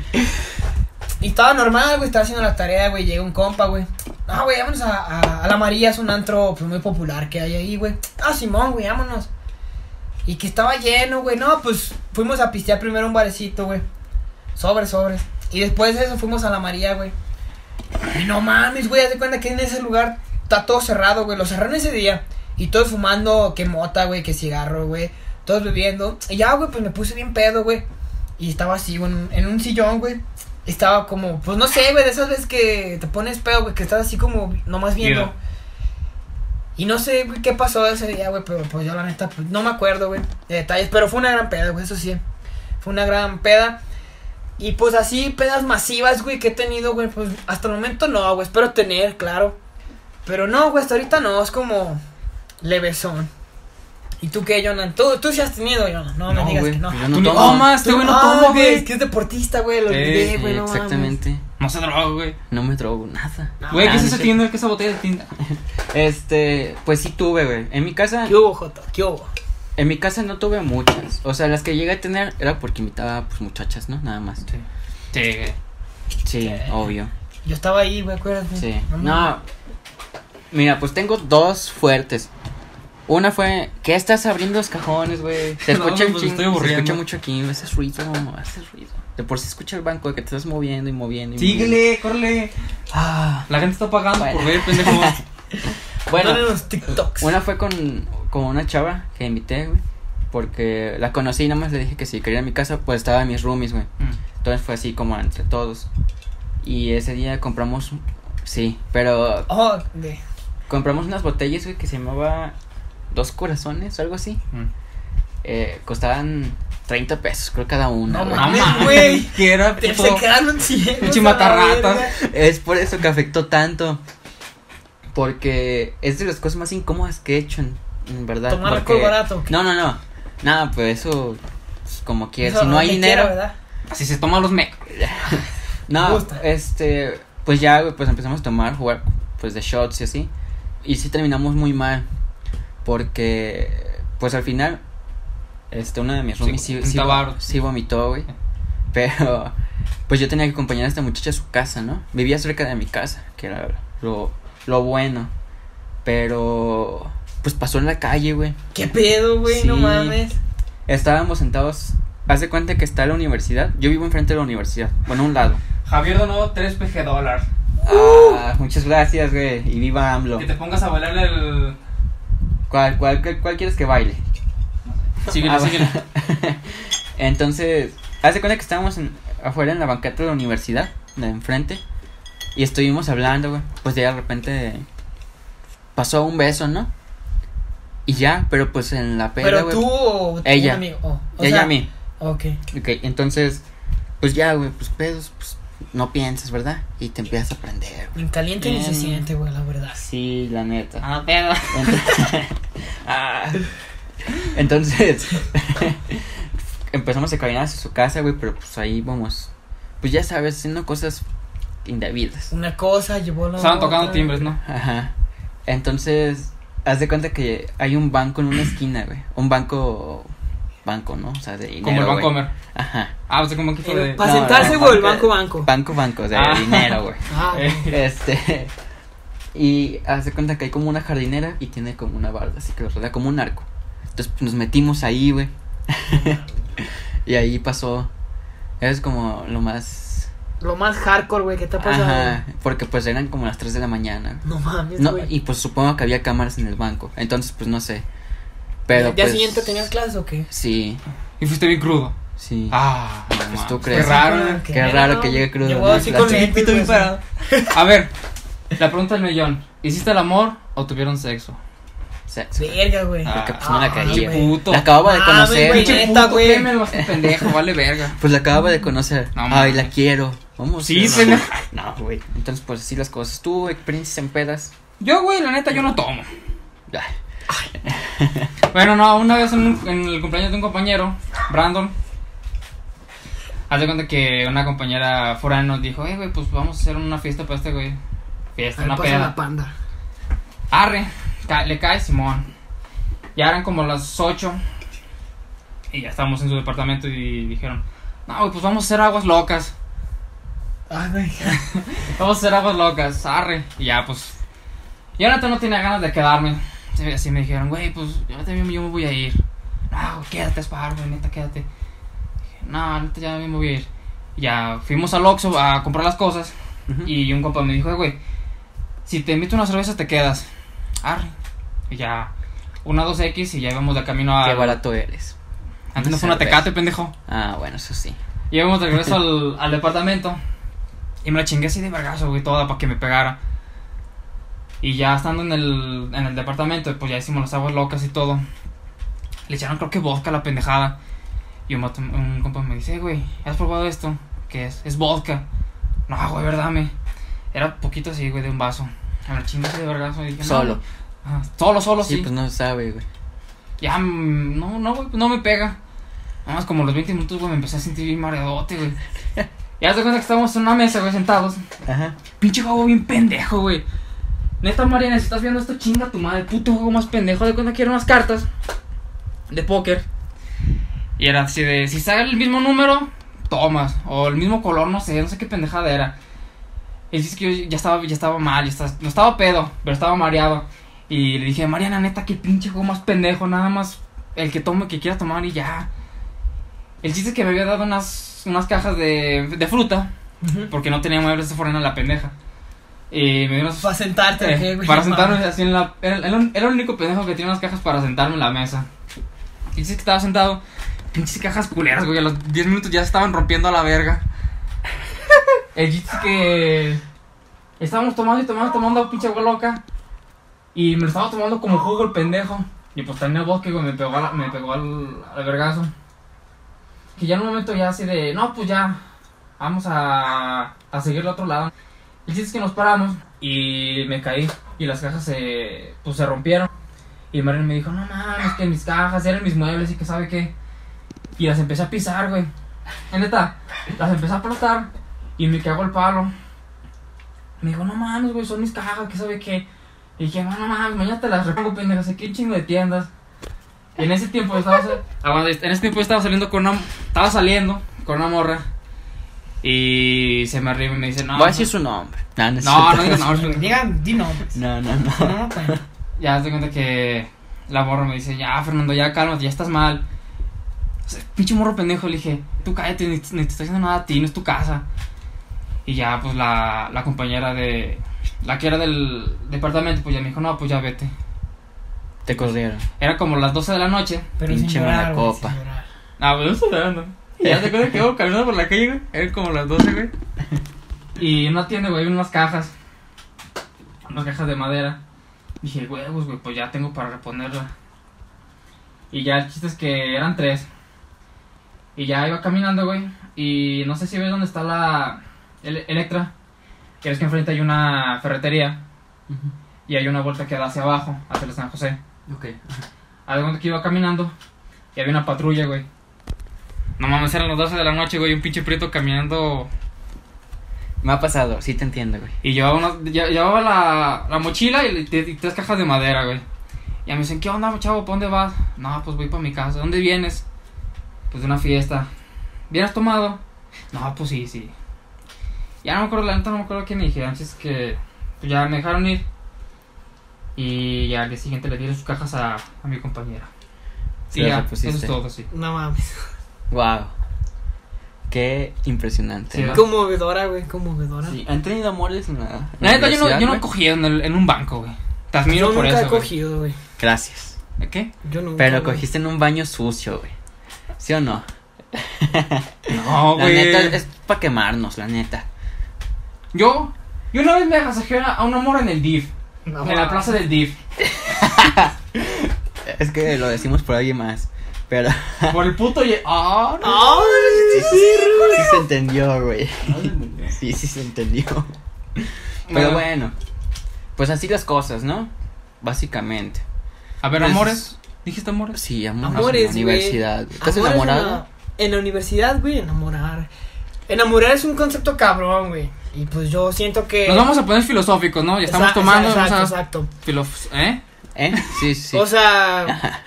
S2: y estaba normal, güey, estaba haciendo la tarea, güey, llega un compa, güey. Ah, güey, vámonos a, a, a La María, es un antro pues, muy popular que hay ahí, güey. Ah, Simón, güey, vámonos. Y que estaba lleno, güey. No, pues fuimos a pistear primero a un barecito, güey. Sobres, sobres. Y después de eso fuimos a la María, güey. Y no mames, güey, haz de cuenta que en ese lugar está todo cerrado, güey. Lo cerraron ese día. Y todos fumando, que mota, güey, que cigarro, güey. Todos bebiendo. Y ya, güey, pues me puse bien pedo, güey. Y estaba así, güey, en un- en un sillón, güey. Estaba como, pues no sé, güey, de esas veces que te pones pedo, güey, que estás así como nomás viendo.
S3: Yeah.
S2: Y no sé, güey, qué pasó ese día, güey, pero pues yo la neta, pues no me acuerdo, güey, de detalles, pero fue una gran peda, güey, eso sí. Fue una gran peda. Y pues así, pedas masivas, güey, que he tenido, güey, pues hasta el momento no, güey, espero tener, claro. Pero no, güey, hasta ahorita no, es como levesón. ¿Y tú qué, Jonan? Tú, tú sí has tenido, Jonan. No, me digas
S3: güey,
S2: que no.
S1: pues yo
S3: Tú ni
S1: tomo.
S3: tomas, este
S2: Tú-
S3: güey no
S2: Ah,
S3: toma, güey.
S2: Es que es deportista, güey. Lo
S3: Sí,
S2: olvidé,
S1: Sí,
S2: güey. no mames.
S1: Eh, exactamente.
S3: No se droga, güey.
S1: No me drogo nada.
S2: No,
S3: Güey, ¿qué es
S2: no
S3: esa
S2: sé.
S3: tienda? ¿Qué es esa botella de tinta?
S1: Este, pues sí tuve, güey. En mi casa,
S2: ¿Qué hubo, Joto? ¿Qué hubo?
S1: en mi casa no tuve muchas. O sea, las que llegué a tener era porque invitaba pues muchachas, ¿no? Nada más.
S3: Sí. Sí, güey.
S1: Sí, obvio.
S2: Yo estaba ahí, güey, acuérdate.
S1: Sí.
S2: mames.
S1: No. Mira, pues tengo dos fuertes. Una fue, ¿qué estás abriendo los cajones, güey? Se
S3: No,
S1: escucha un
S3: pues,
S1: chingo,
S3: estoy
S1: se
S3: aburriendo.
S1: escucha mucho aquí, haces ruido, mamá, haces ruido. De por si escucha el banco, de que te estás moviendo y moviendo y moviendo.
S3: Síguele, córrele.
S1: Ah.
S3: La gente está pagando
S1: Bueno.
S3: por ver, pendejo.
S1: Bueno,
S2: Ponen los TikToks.
S1: Una fue con, con una chava que invité, güey. Porque la conocí y nada más le dije que si quería ir a mi casa, pues estaba en mis roomies, güey.
S3: Mm.
S1: Entonces fue así como entre todos. Y ese día compramos, sí, pero
S2: Oh, de...
S1: compramos unas botellas, güey, que se llamaba Dos Corazones o algo así.
S3: Mm.
S1: Eh, costaban 30 pesos, creo cada una.
S2: No
S1: güey. Ah,
S2: mames,
S3: mames,
S2: güey.
S3: Que era
S2: Te
S3: tipo.
S2: se quedaron ciegos.
S3: Pinche
S2: a la
S3: matarrata.
S2: verga.
S1: Es por eso que afectó tanto. Porque es de las cosas más incómodas que he hecho, en, en verdad.
S2: Tomar
S1: porque-
S2: alcohol barato, ¿o qué?
S1: No, no, no. Nada, pues eso. pues, como quieras.
S2: Eso
S1: Si no
S2: lo
S1: hay
S2: que
S1: dinero.
S2: quiera, ¿verdad?
S3: Así se toman los mecos.
S1: no,
S2: Me gusta.
S1: este. Pues ya, güey, pues empezamos a tomar, jugar, pues de shots y así. Y sí terminamos muy mal. Porque, pues al final, este, una de mis
S3: Sí,
S1: roomies sí,
S3: un
S1: sí,
S3: tabarro.
S1: sí vomitó, güey. Pero, pues yo tenía que acompañar a esta muchacha a su casa, ¿no? Vivía cerca de mi casa, que era lo, lo bueno. Pero, pues pasó en la calle, güey.
S2: ¿Qué pedo, güey? No
S1: Sí.
S2: mames.
S1: Estábamos sentados. Haz de cuenta que está la universidad. Yo vivo enfrente de la universidad. Bueno, a un lado.
S4: Javier donó 3 PG dólar.
S1: Ah, muchas gracias, güey. Y viva AMLO.
S4: Que te pongas a bailar el.
S1: ¿Cuál, cuál, cuál, cuál quieres que baile?
S3: Síguele,
S1: Ah,
S3: síguele.
S1: bueno. Entonces, haz de cuenta que estábamos en- afuera en la banqueta de la universidad, de enfrente. Y estuvimos hablando, güey. Pues de repente pasó un beso, ¿no? Y ya, pero pues en la peda,
S2: Pero
S1: güey.
S2: tú o tu
S1: Ella.
S2: amigo. Oh, o
S1: Ella
S2: sea,
S1: a mí.
S2: Ok.
S1: Ok, entonces, pues ya, güey, pues pedos, pues no piensas, ¿verdad? Y te empiezas a aprender,
S2: En caliente ni se
S1: Bien.
S2: siente, güey, la verdad.
S1: Sí, la neta.
S3: Ah, pedo.
S1: Entonces, Ah. Entonces, empezamos a caminar hacia su casa, güey, pero pues ahí vamos. Pues ya sabes, haciendo cosas indebidas.
S2: Una cosa llevó a la
S3: Estaban tocando
S2: otra.
S3: timbres, ¿no?
S1: Ajá. Entonces, haz de cuenta que hay un banco en una esquina, güey. Un banco, banco, ¿no? O sea, de dinero,
S3: Como el
S1: güey.
S3: Bancomer.
S1: Ajá.
S3: Ah, o sea, como que fue de.
S2: Para
S1: No,
S2: sentarse,
S1: no,
S2: güey, el
S1: banco-
S2: banco, banco.
S1: Banco, banco, o sea,
S3: Ah.
S1: de dinero, güey.
S2: Ah,
S3: Eh,
S1: Este. Y hace cuenta que hay como una jardinera y tiene como una barda, así que lo rodea como un arco. Entonces pues, nos metimos ahí, güey. y ahí pasó. Es como lo más.
S2: lo más hardcore, güey, que te ha pasado.
S1: Ajá, porque pues eran como las 3 de la mañana.
S2: No mames,
S1: No,
S2: güey.
S1: y pues supongo que había cámaras en el banco. Entonces, pues no sé. Pero.
S2: ¿El día
S1: pues,
S2: siguiente tenías clases o qué?
S1: Sí,
S3: Y fuiste bien crudo.
S1: sí.
S3: Ah, no
S1: Pues
S3: mames.
S1: tú
S3: Qué
S1: crees.
S3: raro. ¿eh?
S1: Qué raro que llegue crudo,
S2: Llegó
S1: ¿no?
S2: así
S1: Claro.
S2: con el pito bien parado.
S3: A ver, la pregunta del millón: ¿hiciste el amor o tuvieron sexo?
S1: Sexo.
S2: Verga, güey.
S1: Porque pues no la
S2: Ah,
S1: caía.
S2: güey.
S1: La acababa de
S2: Mames, güey,
S1: conocer.
S2: neta,
S3: Puto,
S2: güey.
S3: créeme, lo haces pendejo, vale verga.
S1: Pues la acababa de conocer.
S3: No
S1: Ay,
S3: mames.
S1: la quiero. Vamos.
S3: Sí,
S1: no,
S3: se la-
S1: No, güey. Entonces, pues así las cosas. Tú, experiencias en pedas.
S3: Yo, güey, la neta, yo no tomo.
S1: Ay,
S3: Bueno, no, una vez en, un- en el cumpleaños de un compañero, Brandon, haz de cuenta que una compañera foránea nos dijo, eh, güey, pues vamos a hacer una fiesta para este güey. Fiesta,
S2: Ahí
S3: una
S2: pasa
S3: peda.
S2: la panda.
S3: Arre, ca- le cae Simón. Ya eran como las 8. Y ya estábamos en su departamento y dijeron, no, güey, pues vamos a hacer aguas locas.
S2: Ah, güey.
S3: Vamos a hacer aguas locas, arre. Y ya, pues. Yo neta no tenía ganas de quedarme. Así- Así me dijeron, güey, pues yo también yo me voy a ir. No, güey, quédate, Spar, güey, neta, quédate. Dije, no, neta, ya me voy a ir. Y ya fuimos al Oxxo a comprar las cosas.
S1: Ujú.
S3: Y un compa me dijo, "Eh, güey, si te invito una cerveza te quedas. Arre. Y ya, una 2X y ya íbamos de camino a.
S1: Qué barato eres.
S3: Antes no fue una
S1: Cerveza.
S3: tecate, pendejo.
S1: Ah, bueno, eso sí.
S3: Y íbamos de regreso al, al departamento. Y me la chingué así de vergazo, güey, toda para que me pegara. Y ya estando en el, en el departamento, pues ya hicimos las aguas locas y todo. Le echaron, creo que vodka a la pendejada. Y un, vato- un compa me dice, "Eh, güey, ¿has probado esto? ¿Qué es? Es vodka. No, güey, verdad, me. Era poquito así, güey, de un vaso. Me la chingué así de vergazo. Y dije, "No,
S1: Solo. pues,
S3: güey". Ajá, solo, solo, sí.
S1: Sí, pues no sabe, güey.
S3: Ya, mm, no, no, güey, no me pega. Nada más como los 20 minutos, güey, me empecé a sentir bien mareadote, güey. Ya te cuenta que estábamos en una mesa, güey, sentados.
S1: Ajá.
S3: Pinche juego bien pendejo, güey. Neta, Mariana, si estás viendo esto, chinga tu madre. Puto juego más pendejo. De cuenta que eran unas cartas de póker. Y era así de: si sale el mismo número, tomas. O el mismo color, no sé, no sé qué pendejada era. El chiste es que yo ya estaba, ya estaba mal, ya estaba, no estaba pedo, pero estaba mareado. Y le dije, Mariana, neta, qué pinche juego más pendejo. Nada más el que tome, que quiera tomar y ya. El chiste es que me había dado unas, unas cajas de, de fruta. Porque no tenía muebles de forena la pendeja. Y me dio unas-
S2: Para sentarte,
S3: eh,
S2: ¿qué, güey?
S3: para
S2: No
S3: sentarme
S2: mames.
S3: así en la. Era, era un- era el único pendejo que tiene unas cajas para sentarme en la mesa. Y dice que estaba sentado. Pinches cajas culeras, güey. A los 10 minutos ya se estaban rompiendo a la verga. El chiste es que. Estábamos tomando y tomando, tomando, pinche agua loca. Y me lo estaba tomando como jugo el pendejo. Y pues tenía bosque, güey. Me pegó, a la- me pegó al, al vergazo. Que ya en un momento ya así de. No, pues ya. Vamos a, a seguir al otro lado. El chiste es que nos paramos y me caí y las cajas se, pues, se rompieron. Y Mariana me dijo, no mames, que mis cajas eran mis muebles y que sabe qué. Y las empecé a pisar, güey. En neta, las empecé a aplastar y me cago el palo. Me dijo, no mames, güey, son mis cajas, que sabe qué. Y dije, no, no mames, mañana te las repongo, pendejas, aquí hay un chingo de tiendas. Y en ese tiempo yo estaba, sal- aguanta, en ese tiempo yo estaba saliendo con una, estaba saliendo con una morra. Y se me arriba y me dice, Ah, no.
S1: Voy a decir su nombre. No, no, es
S3: No, no
S1: cierto.
S3: digas nombres.
S2: Digan, di nombres.
S1: no. No, no.
S2: No, güey.
S3: Ya te cuenta que la morra me dice, ya Fernando, ya cálmate, ya estás mal. O sea, pinche morro pendejo, le dije, tú cállate, ni, ni te está haciendo nada a ti, no es tu casa. Y ya pues la, la compañera de... La que era del departamento, pues ya me dijo, no, pues ya vete.
S1: Te corrieron.
S3: Era como las 12 de la noche.
S2: Pero sin
S1: Pinche
S2: llorar,
S1: mala
S2: güey,
S1: copa.
S2: sin llorar.
S3: Ah, pues no estoy llorando. Y ya te acuerdas que iba caminando por la calle, güey. Eran como las 12, güey. Y en una tienda, güey, había unas cajas. Unas cajas de madera. Dije, huevos, güey, pues ya tengo para reponerla. Y ya el chiste es que eran tres. Y ya iba caminando, güey. Y no sé si ves dónde está la el- Electra. Que es que enfrente hay una ferretería. Y hay una vuelta que da hacia abajo, hacia el San José.
S1: Ok.
S3: Algo que iba caminando y había una patrulla, güey. No mames, eran las 12 de la noche, güey, un pinche prieto caminando.
S1: Me ha pasado, sí te entiendo, güey.
S3: Y llevaba, una- lle- llevaba la, la mochila y, le- y tres cajas de madera, güey. Y me dicen, ¿qué onda, chavo? ¿Para dónde vas? No, pues voy para mi casa. ¿Dónde vienes? Pues de una fiesta. ¿Vienes tomado? No, pues sí, sí. Ya no me acuerdo, la neta no me acuerdo qué me dijeron. Así es que pues, ya me dejaron ir. Y ya al día siguiente le dieron sus cajas a, a mi compañera.
S1: Se
S3: y
S1: las
S3: ya, eso
S1: repusiste.
S3: es todo, sí.
S2: No mames.
S1: Wow. Qué impresionante.
S3: Sí,
S1: ¿no?
S2: Conmovedora, güey, conmovedora.
S1: Sí, ¿Han tenido amores en la, en
S3: La neta, yo no,
S1: universidad,
S3: yo no
S1: güey?
S3: cogí en, el- en un banco, güey. Te admiro
S2: Yo
S3: por
S2: nunca
S3: eso.
S2: he
S3: güey.
S2: cogido, güey.
S1: Gracias.
S3: ¿De ¿Qué?
S2: Yo nunca.
S1: Pero
S2: güey.
S1: cogiste en un baño sucio, güey. ¿Sí o no?
S3: No,
S1: la
S3: güey.
S1: neta, es para quemarnos, la neta.
S3: Yo, yo una vez me agasajé a a un amor en el DIF.
S2: No,
S3: en la
S2: mames.
S3: plaza del DIF.
S1: Es que lo decimos por alguien más. Pero
S3: Por el puto. ye- Ah, no.
S2: Ay,
S1: sí se entendió, güey.
S2: pues.
S1: Sí, sí se entendió. Pero
S2: Ah.
S3: Bueno.
S1: bueno, pues así las cosas, ¿no? Básicamente.
S3: A ver,
S1: Pues-
S3: amores. ¿Dijiste amores?
S1: Sí, amor.
S2: Amores,
S1: en la universidad.
S2: güey.
S1: güey. ¿Estás
S2: Amores en la-
S1: enamorado?
S2: En la universidad, güey, enamorar. Enamorar es un concepto cabrón, güey. Y pues yo siento que.
S3: Nos vamos a poner filosóficos, ¿no? Ya estamos
S2: Exa-
S3: tomando.
S2: Exacto,
S3: vamos a...
S2: exacto.
S3: filof- ¿Eh?
S1: ¿Eh? Sí, sí. sí.
S2: O sea,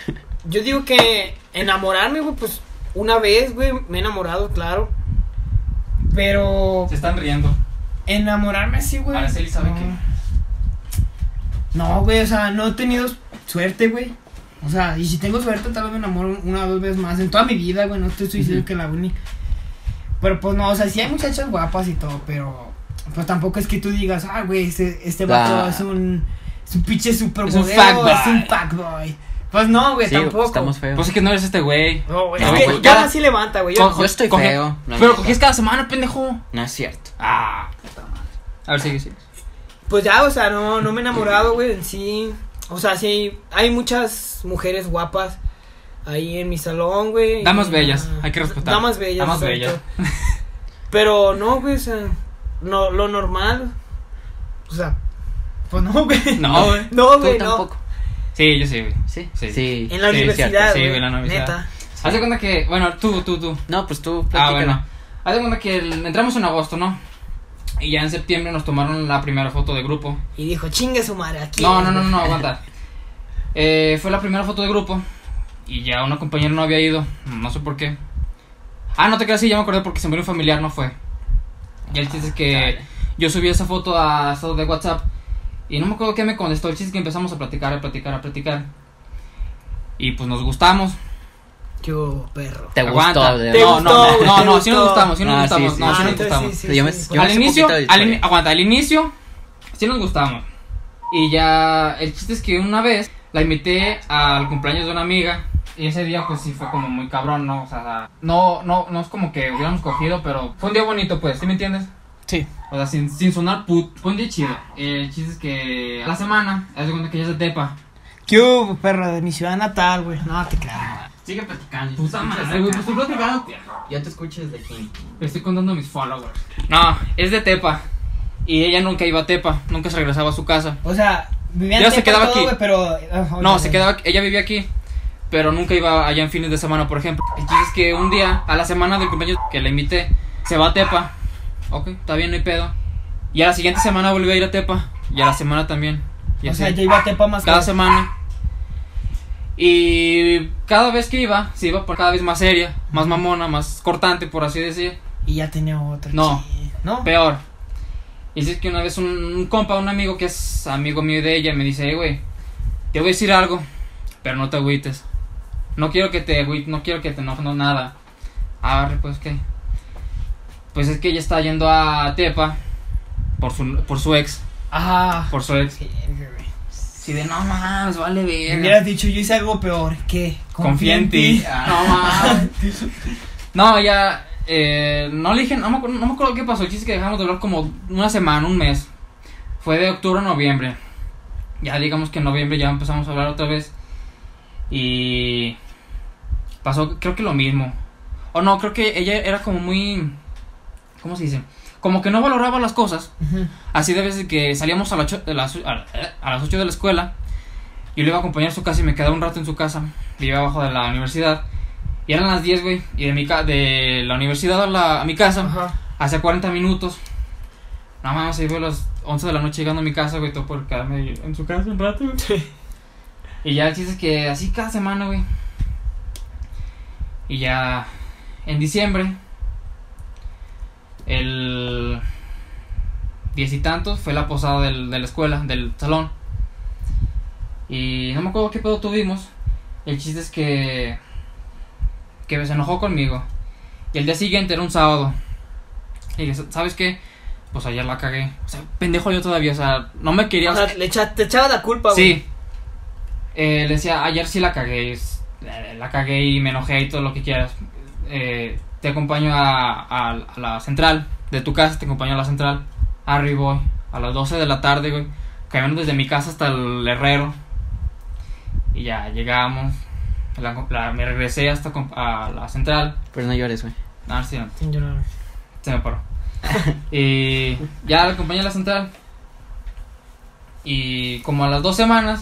S2: yo digo que enamorarme, güey, pues una vez, güey, me he enamorado, claro. Pero
S3: Se están riendo.
S2: enamorarme así, güey.
S3: Araceli sabe
S2: no.
S3: que-
S2: No, güey, o sea, no he tenido suerte, güey. O sea, y si tengo suerte, tal vez me enamoro una o dos veces más. En toda mi vida, güey, no te estoy diciendo
S1: Ujú.
S2: que la uni. Pero pues no, o sea, sí hay muchachas guapas y todo, pero pues tampoco es que tú digas, ah, güey, este, este vato
S1: Ah.
S2: es un. Es un pinche supermodelo.
S3: Es un fuckboy.
S2: Es un fuckboy. Pues no, güey,
S1: Sí,
S2: tampoco.
S1: estamos feos.
S3: Pues es que no eres este güey.
S2: No, güey,
S3: No,
S2: es que
S3: güey,
S2: ya
S3: ya-
S2: sí levanta, güey.
S1: Co-
S2: Yo-
S1: yo estoy
S3: coge-
S1: feo, la
S3: Pero
S1: neta.
S3: cogías cada semana, pendejo.
S1: No es cierto.
S3: Ah. A ver, sigue, sigue.
S2: Pues ya, o sea, no, no me he enamorado, güey, en sí. O sea, sí, hay muchas mujeres guapas ahí en mi salón, güey.
S3: Damas
S2: y-
S3: bellas, hay que respetar.
S2: Damas bellas.
S3: Damas
S2: sobre
S3: bellas.
S2: todo. Pero no, güey, o sea, no, lo normal. O sea, pues no, güey.
S3: No, güey.
S2: No,
S1: Tú
S2: güey, no.
S1: tampoco.
S3: Sí, yo sí, güey.
S1: ¿Sí?
S3: Sí.
S1: Sí.
S2: En la
S3: Sí, es cierto,
S2: universidad.
S3: sí,
S2: güey,
S3: güey, en la universidad.
S2: Neta.
S3: Haz de cuenta que, bueno, tú, tú, tú.
S1: No, pues tú
S3: Ah,
S1: platícalo.
S3: bueno. Haz de cuenta que el- entramos en agosto, ¿no? Y ya en septiembre nos tomaron la primera foto de grupo.
S2: Y dijo, chingue su madre aquí.
S3: No, no, no, no, no, aguanta. Eh, fue la primera foto de grupo y ya una compañera no había ido, no sé por qué. Ah, no te creas, sí, ya me acordé porque se murió un familiar, no fue. Y el chiste es que
S1: chale.
S3: yo subí esa foto a estado de WhatsApp y no me acuerdo qué me contestó. El chiste es que empezamos a platicar, a platicar, a platicar. Y pues nos gustamos.
S2: Yo, perro.
S1: Te
S3: Aguanta.
S1: gustó. de-
S2: Te
S3: no,
S2: gustó,
S3: no,
S2: güey, te
S3: no, no, sí nos
S2: gustó.
S3: gustamos, sí nos
S1: Ah, sí,
S3: gustamos,
S1: sí,
S3: no,
S1: sí.
S3: sí nos
S2: entonces
S3: gustamos.
S2: sí,
S1: Yo me-
S2: sí.
S1: yo me-
S3: al
S1: hace
S3: inicio,
S1: poquito de
S3: al in-
S1: historia.
S3: aguanta, al inicio sí nos gustamos. Y ya el chiste es que una vez la invité al cumpleaños de una amiga y ese día pues sí fue como muy cabrón, no, o sea, no no no es como que hubiéramos cogido, pero fue un día bonito, pues, ¿sí me entiendes?
S2: Sí.
S3: O sea, sin, sin sonar put, fue un día chido. El chiste es que a la semana, haz de cuenta que ya se tepa.
S2: ¿Qué hubo, perro? De mi ciudad natal, güey. No, te creas.
S1: Sigue platicando.
S3: Puta madre, güey, pues tú platicándote.
S1: Yo te escucho desde aquí.
S3: Estoy contando mis followers. No, es de Tepa. Y ella nunca iba a Tepa, nunca se regresaba a su casa.
S2: O sea, vivían
S3: Ya se
S2: Tepa y
S3: quedaba
S2: todo,
S3: aquí.
S2: güey, pero.
S3: No, se quedaba, ella vivía aquí, pero nunca iba allá en fines de semana, por ejemplo. El chiste es que un día, a la semana del cumpleaños que la invité, se va a Tepa. Ok, está bien, no hay pedo. Y a la siguiente semana volvió a ir a Tepa. Y a la semana también. Y
S2: O
S3: así,
S2: sea, yo iba a Tepa más
S3: cada
S2: que-
S3: semana. Y cada vez que iba, se iba por cada vez más seria, más mamona, más cortante, por así decir.
S2: Y ya tenía otro.
S3: No.
S2: sí. ¿No?
S3: Peor. Y dices que una vez un, un compa, un amigo que es amigo mío de ella, me dice, "Ey, güey, te voy a decir algo, pero no te agüites. No quiero que te agüites, no quiero que te enojes, no nada. Arre, pues qué. Pues es que ella está yendo a Tepa por su, por su ex,
S2: Ah.
S3: por su ex.
S2: Sí, güey.
S3: Si de no mames, vale
S2: Me
S3: bien.
S2: hubieras dicho, yo hice algo peor. ¿Qué?
S3: Confía en ti. Ah. No mames. No, ya. eh, no le dije, no me, acuerdo, no me acuerdo qué pasó. El chiste es que dejamos de hablar como una semana, un mes. Fue de octubre a noviembre. Ya digamos que en noviembre ya empezamos a hablar otra vez. Y. Pasó, creo que lo mismo. O no, creo que ella era como muy. ¿Cómo se dice? Como que no valoraba las cosas.
S2: Ujú.
S3: Así de veces que salíamos a, las ocho- de las- a, a las 8 de la escuela, yo le iba a acompañar a su casa y me quedaba un rato en su casa, vivía abajo de la universidad, y eran las 10, güey, y de, mi ca- de la universidad a, la- a mi casa,
S2: Ajá.
S3: hace 40 minutos, nada más se iba a las 11 de la noche llegando a mi casa, güey, todo por quedarme en su casa un rato, güey. Y ya el chiste es que así cada semana, güey. Y ya en diciembre, el diez y tantos, fue la posada del- de la escuela, del salón. Y no me acuerdo qué pedo tuvimos. El chiste es que. que se enojó conmigo. Y el día siguiente era un sábado. Y dije, ¿sabes qué? Pues ayer la cagué. O sea, pendejo yo todavía, o sea, no me quería.
S2: O sea, le echa- te echaba la culpa, güey.
S3: Sí. Eh, le decía, ayer sí la cagué. es- eh, La cagué y me enojé y todo lo que quieras. Eh, te acompaño a, a- a la central. De tu casa te acompaño a la central. Arriba, a las 12 de la tarde, güey. Caminando desde mi casa hasta el herrero. Y ya llegamos. La- la- me regresé hasta com- a la central.
S1: Pero no llores, güey.
S3: Ah, sí, no.
S2: Sin llorar.
S3: Se me paró. y ya la acompañé a la central. Y como a las dos semanas,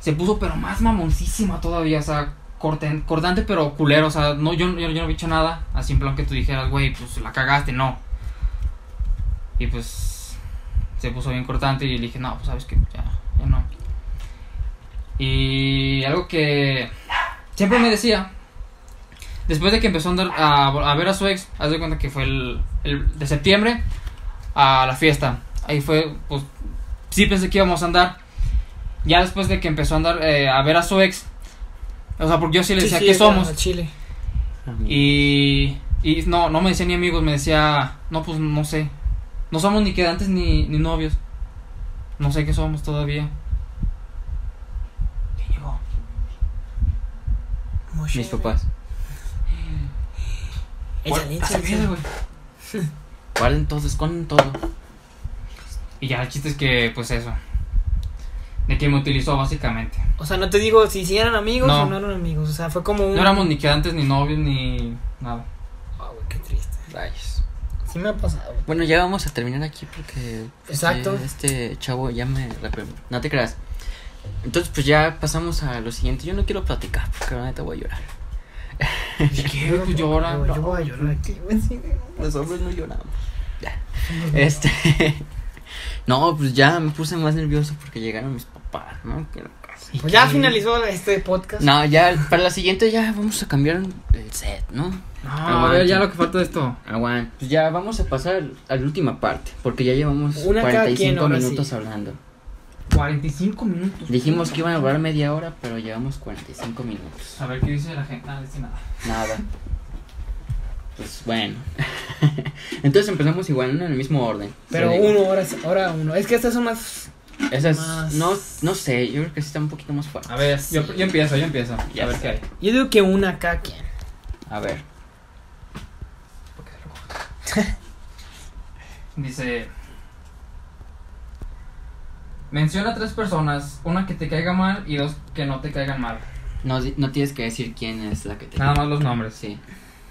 S3: se puso pero más mamoncísima todavía, o sea, corten- cordante pero culero, o sea, no, yo, yo, yo no había hecho nada, así en plan que tú dijeras, güey, pues la cagaste, no. Y pues se puso bien cortante y le dije, no, pues sabes que ya, ya no. Y algo que siempre me decía, Después de que empezó a, andar, a, a ver a su ex, haz de cuenta que fue el, el de septiembre a la fiesta. Ahí fue, pues, sí pensé que íbamos a andar. Ya después de que empezó a andar eh, a ver a su ex, o sea, porque yo sí le decía,
S2: Sí, sí,
S3: ¿qué
S2: era
S3: somos?
S2: Chile.
S3: Y, y no, no me decía ni amigos, me decía, no, pues no sé. No somos ni quedantes ni, ni novios. No sé qué somos todavía. ¿Quién llegó?
S2: Moshe,
S1: Mis
S2: güey.
S1: papás.
S2: Échale,
S3: Pasa
S2: échale,
S3: bien,
S2: échale.
S3: güey.
S1: Guarden todo, esconden todo.
S3: Y ya el chiste es que, pues eso. De que me utilizó básicamente.
S2: O sea, no te digo si sí eran amigos
S3: No.
S2: o no eran amigos. O sea, fue como un.
S3: No éramos ni quedantes, ni novios, ni nada.
S2: Ah, güey, qué triste.
S1: Rayos.
S2: Sí me ha pasado. güey.
S1: Bueno, ya vamos a terminar aquí porque. pues,
S2: Exacto.
S1: eh, Este chavo ya me. reprobó. No te creas. Entonces, pues ya pasamos a lo siguiente. Yo no quiero platicar porque la neta voy a llorar.
S3: ¿Y qué? Tú llora.
S2: Yo voy a llorar aquí, güey, sí.
S1: Los hombres no lloramos. Ya.
S3: Eh,
S1: Este. No, pues ya me puse más nervioso porque llegaron mis papás, ¿no? Que-
S2: Pues ya finalizó este podcast.
S1: No, ya para la siguiente ya vamos a cambiar el set, ¿no?
S3: No,
S1: Ah,
S3: a ver,
S1: sí.
S3: ya lo que falta de esto.
S1: Aguanta. Pues ya vamos a pasar al- a la última parte porque ya llevamos
S2: Una cada
S1: 45
S2: quien, ahora sí.
S1: minutos hablando.
S3: 45 minutos.
S1: Dijimos que iban a durar media hora, pero llevamos 45 minutos.
S4: A ver qué dice la gente. Ah, dice nada.
S1: Nada. Pues bueno. Entonces empezamos igual, ¿no? En el mismo orden.
S2: Pero
S1: Sí.
S2: uno, ahora, sí- ahora uno. Es que estas son más.
S1: Esas,
S2: más-
S1: no, no sé, yo creo que sí está un poquito más fuerte.
S3: A ver, yo, yo empiezo, yo empiezo.
S1: Ya
S3: a ver
S1: sé.
S3: qué hay.
S2: Yo digo que una cada quien.
S1: A ver.
S4: Dice. Menciona tres personas, una que te caiga mal y dos que no te caigan mal.
S1: No, di- no tienes que decir quién es la que te.
S4: Nada más los nombres.
S1: Sí.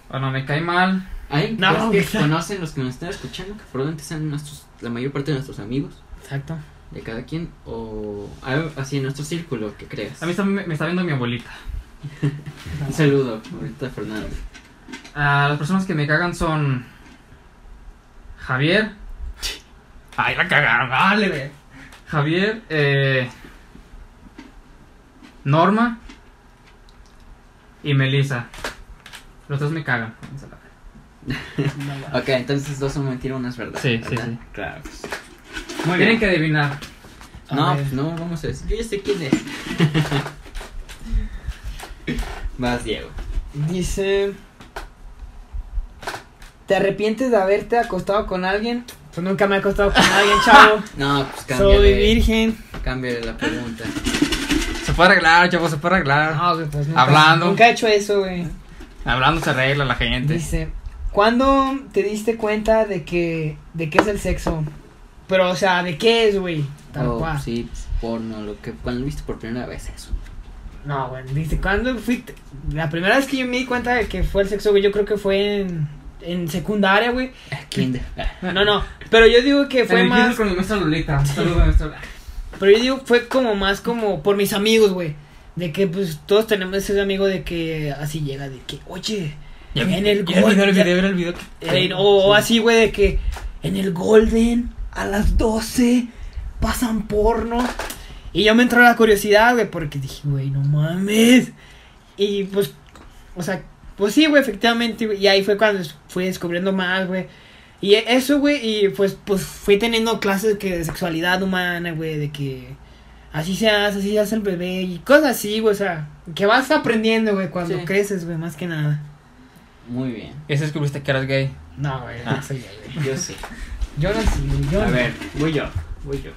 S4: Bueno, me cae mal.
S1: Hay
S2: No,
S1: los
S2: güey.
S1: que conocen, los que nos están escuchando, que probablemente sean nuestros, la mayor parte de nuestros amigos,
S2: Exacto.
S1: de cada quien, o algo así en nuestro círculo que creas.
S4: A mí está- me me está viendo mi abuelita.
S1: Un saludo, ahorita Fernando.
S4: Ah, las personas que me cagan son. Javier. Ay, la cagaron, vale, güey. Javier, eh. Norma. Y Melissa. Los tres me cagan.
S1: Ok, entonces dos son mentira, una es verdad.
S4: Sí, sí,
S1: ¿verdad?
S4: sí.
S1: Claro. pues.
S4: Muy Tienen que adivinar.
S2: A
S1: No,
S2: ver.
S1: pues no, vamos a decir. Yo ya sé quién es. Vas, Diego.
S2: Dice. ¿Te arrepientes de haberte acostado con alguien? Pues nunca me he acostado con alguien, chavo.
S1: No, pues cámbiale.
S2: Soy virgen.
S1: Cámbiale la pregunta.
S4: Se puede arreglar, chavos, se puede arreglar.
S3: Ah,
S2: No, güey, pues nunca.
S4: Hablando.
S2: Nunca he hecho eso, güey.
S4: Hablando se arregla la gente.
S2: Dice, ¿cuándo te diste cuenta de que, de qué es el sexo? Pero, o sea, ¿de qué es, güey? Tal
S1: Oh,
S2: cual.
S1: sí, pues, porno, lo que cuando lo viste por primera vez eso.
S2: No, güey, dice, ¿cuándo fuiste? La primera vez que yo me di cuenta de que fue el sexo, güey, yo creo que fue en, en secundaria, güey.
S1: Kinder.
S2: No, no, pero yo digo que fue
S4: Fue
S2: más,
S4: con mi maestra Lolita. Un saludo, maestra.
S2: pero yo digo fue como más como por mis amigos, güey. De que, pues, todos tenemos ese amigo de que así llega, de que, oye, en el
S3: Ya
S2: gol,
S3: vi el
S2: ya-
S3: video, era el video.
S2: Eh, o o así, güey, de que en el Golden a las 12 pasan porno. Y yo me entró la curiosidad, güey, porque dije, güey, no mames. Y pues, o sea, pues sí, güey, efectivamente. güey, Y ahí fue cuando des- fui descubriendo más, güey. Y e- eso, güey, y pues, pues fui teniendo clases que de sexualidad humana, güey, de que así se hace, así se hace el bebé y cosas así, güey, o sea, que vas aprendiendo, güey, cuando
S1: Sí.
S2: creces, güey, más que nada.
S1: Muy
S2: ah.
S1: bien.
S3: Ese descubriste que eras gay.
S2: No, güey, no soy gay, güey.
S1: Yo sí.
S2: Yo no sí, güey, yo
S1: A
S2: no.
S1: ver, voy yo. Voy yo.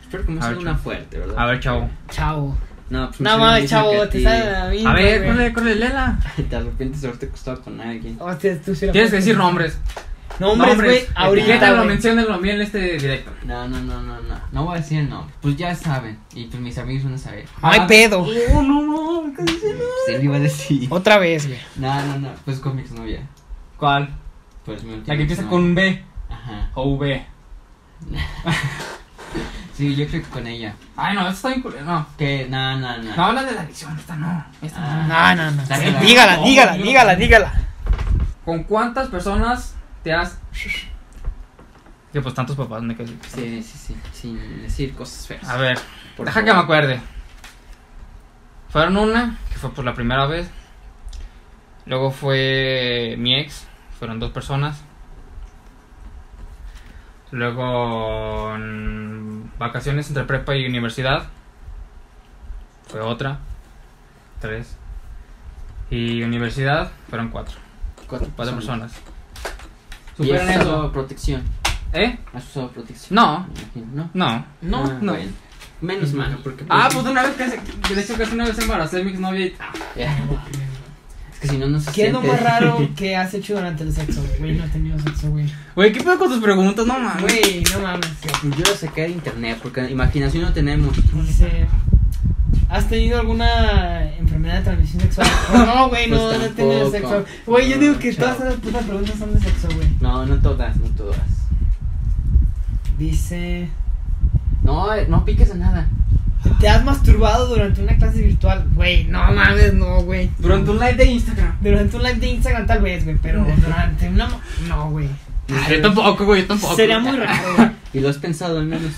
S1: Espero que no
S3: A
S1: sea
S3: ver,
S1: una
S3: chavo.
S1: fuerte, ¿verdad?
S3: A ver, chavo.
S2: Chavo.
S1: No, pues me
S2: No
S1: salió mismo
S2: mames,
S1: que
S2: chavo,
S1: a
S2: te
S1: ti.
S2: sale la misma.
S3: A ver,
S2: güey.
S3: córrele, córrele, lela.
S1: De repente se haberte acostado con alguien.
S2: Hostia, tú sí la
S4: Tienes que
S2: puedes-
S4: decir nombres.
S2: Nombres, güey, ahorita.
S4: Etiquétalo,
S2: güey.
S4: menciónalo bien en este directo.
S1: No, no, no, no, no. No voy a decir no. Pues ya saben. Y pues mis amigos van a saber.
S2: Ah, No hay pedo.
S1: No, no, no. Se lo iba a decir.
S2: Otra vez, güey.
S1: No, no, no. Pues con mi exnovia.
S3: ¿Cuál?
S1: Pues mi
S3: La
S1: última
S3: que empieza
S1: exnovia.
S3: con B
S1: Ajá.
S3: o V.
S1: Sí, yo creo que con ella.
S4: Ay, no, esto está bien culero. No,
S1: Que, no, no,
S4: no
S1: no.
S4: habla de la adicción, esta no. Esta no.
S2: No, Ah. no, no.
S1: Sácala.
S2: Dígala,
S4: No,
S2: dígala,
S4: yo-
S2: dígala, dígala.
S4: ¿Con cuántas personas te has
S3: Que pues tantos papás me caen.
S1: Sí, sí, sí. Sin decir cosas feas.
S3: A ver,
S1: Por
S3: deja
S1: favor.
S3: que me acuerde. Fueron una, que fue por la primera vez. Luego fue mi ex, fueron dos personas. Luego mm, vacaciones entre prepa y universidad. Fue otra. Tres. Y universidad fueron cuatro.
S1: Cuatro,
S3: Cuatro personas.
S1: Y
S3: Superan
S1: has
S3: eso.
S1: usado protección.
S3: ¿Eh?
S1: Has usado protección.
S3: No,
S1: Me imagino, ¿no?
S3: no.
S1: No,
S3: no. Mm,
S1: bueno. Menos mal, porque.
S4: Ah, pues una vez que de hecho casi una vez embaracé a mi exnovia y... ah,
S1: Es que si no, no se
S2: ¿Qué es lo
S1: siente.
S2: más raro que has hecho durante el sexo, güey? Güey, no he tenido sexo, güey.
S3: Güey, ¿qué pasa con tus preguntas? No mames.
S2: Güey, no mames.
S1: Pues Yo lo saqué de internet, porque imaginación no tenemos.
S2: Dice, ¿Has tenido alguna enfermedad de transmisión sexual? No, güey, no,
S1: Pues
S2: no he tenido
S1: tampoco.
S2: sexo. Güey, yo
S1: No,
S2: digo que
S1: chao.
S2: todas esas putas preguntas son de sexo, güey.
S1: No, no todas, no todas.
S2: Dice.
S1: No, eh, no piques a nada.
S2: te has masturbado durante una clase virtual. Güey, no mames, no, güey.
S3: Durante un live de Instagram.
S2: Durante un live de Instagram tal vez, güey, pero durante una... ma- No, güey.
S3: Ah, Yo tampoco, güey, yo tampoco.
S2: Sería muy raro, güey.
S1: Y lo has pensado al menos.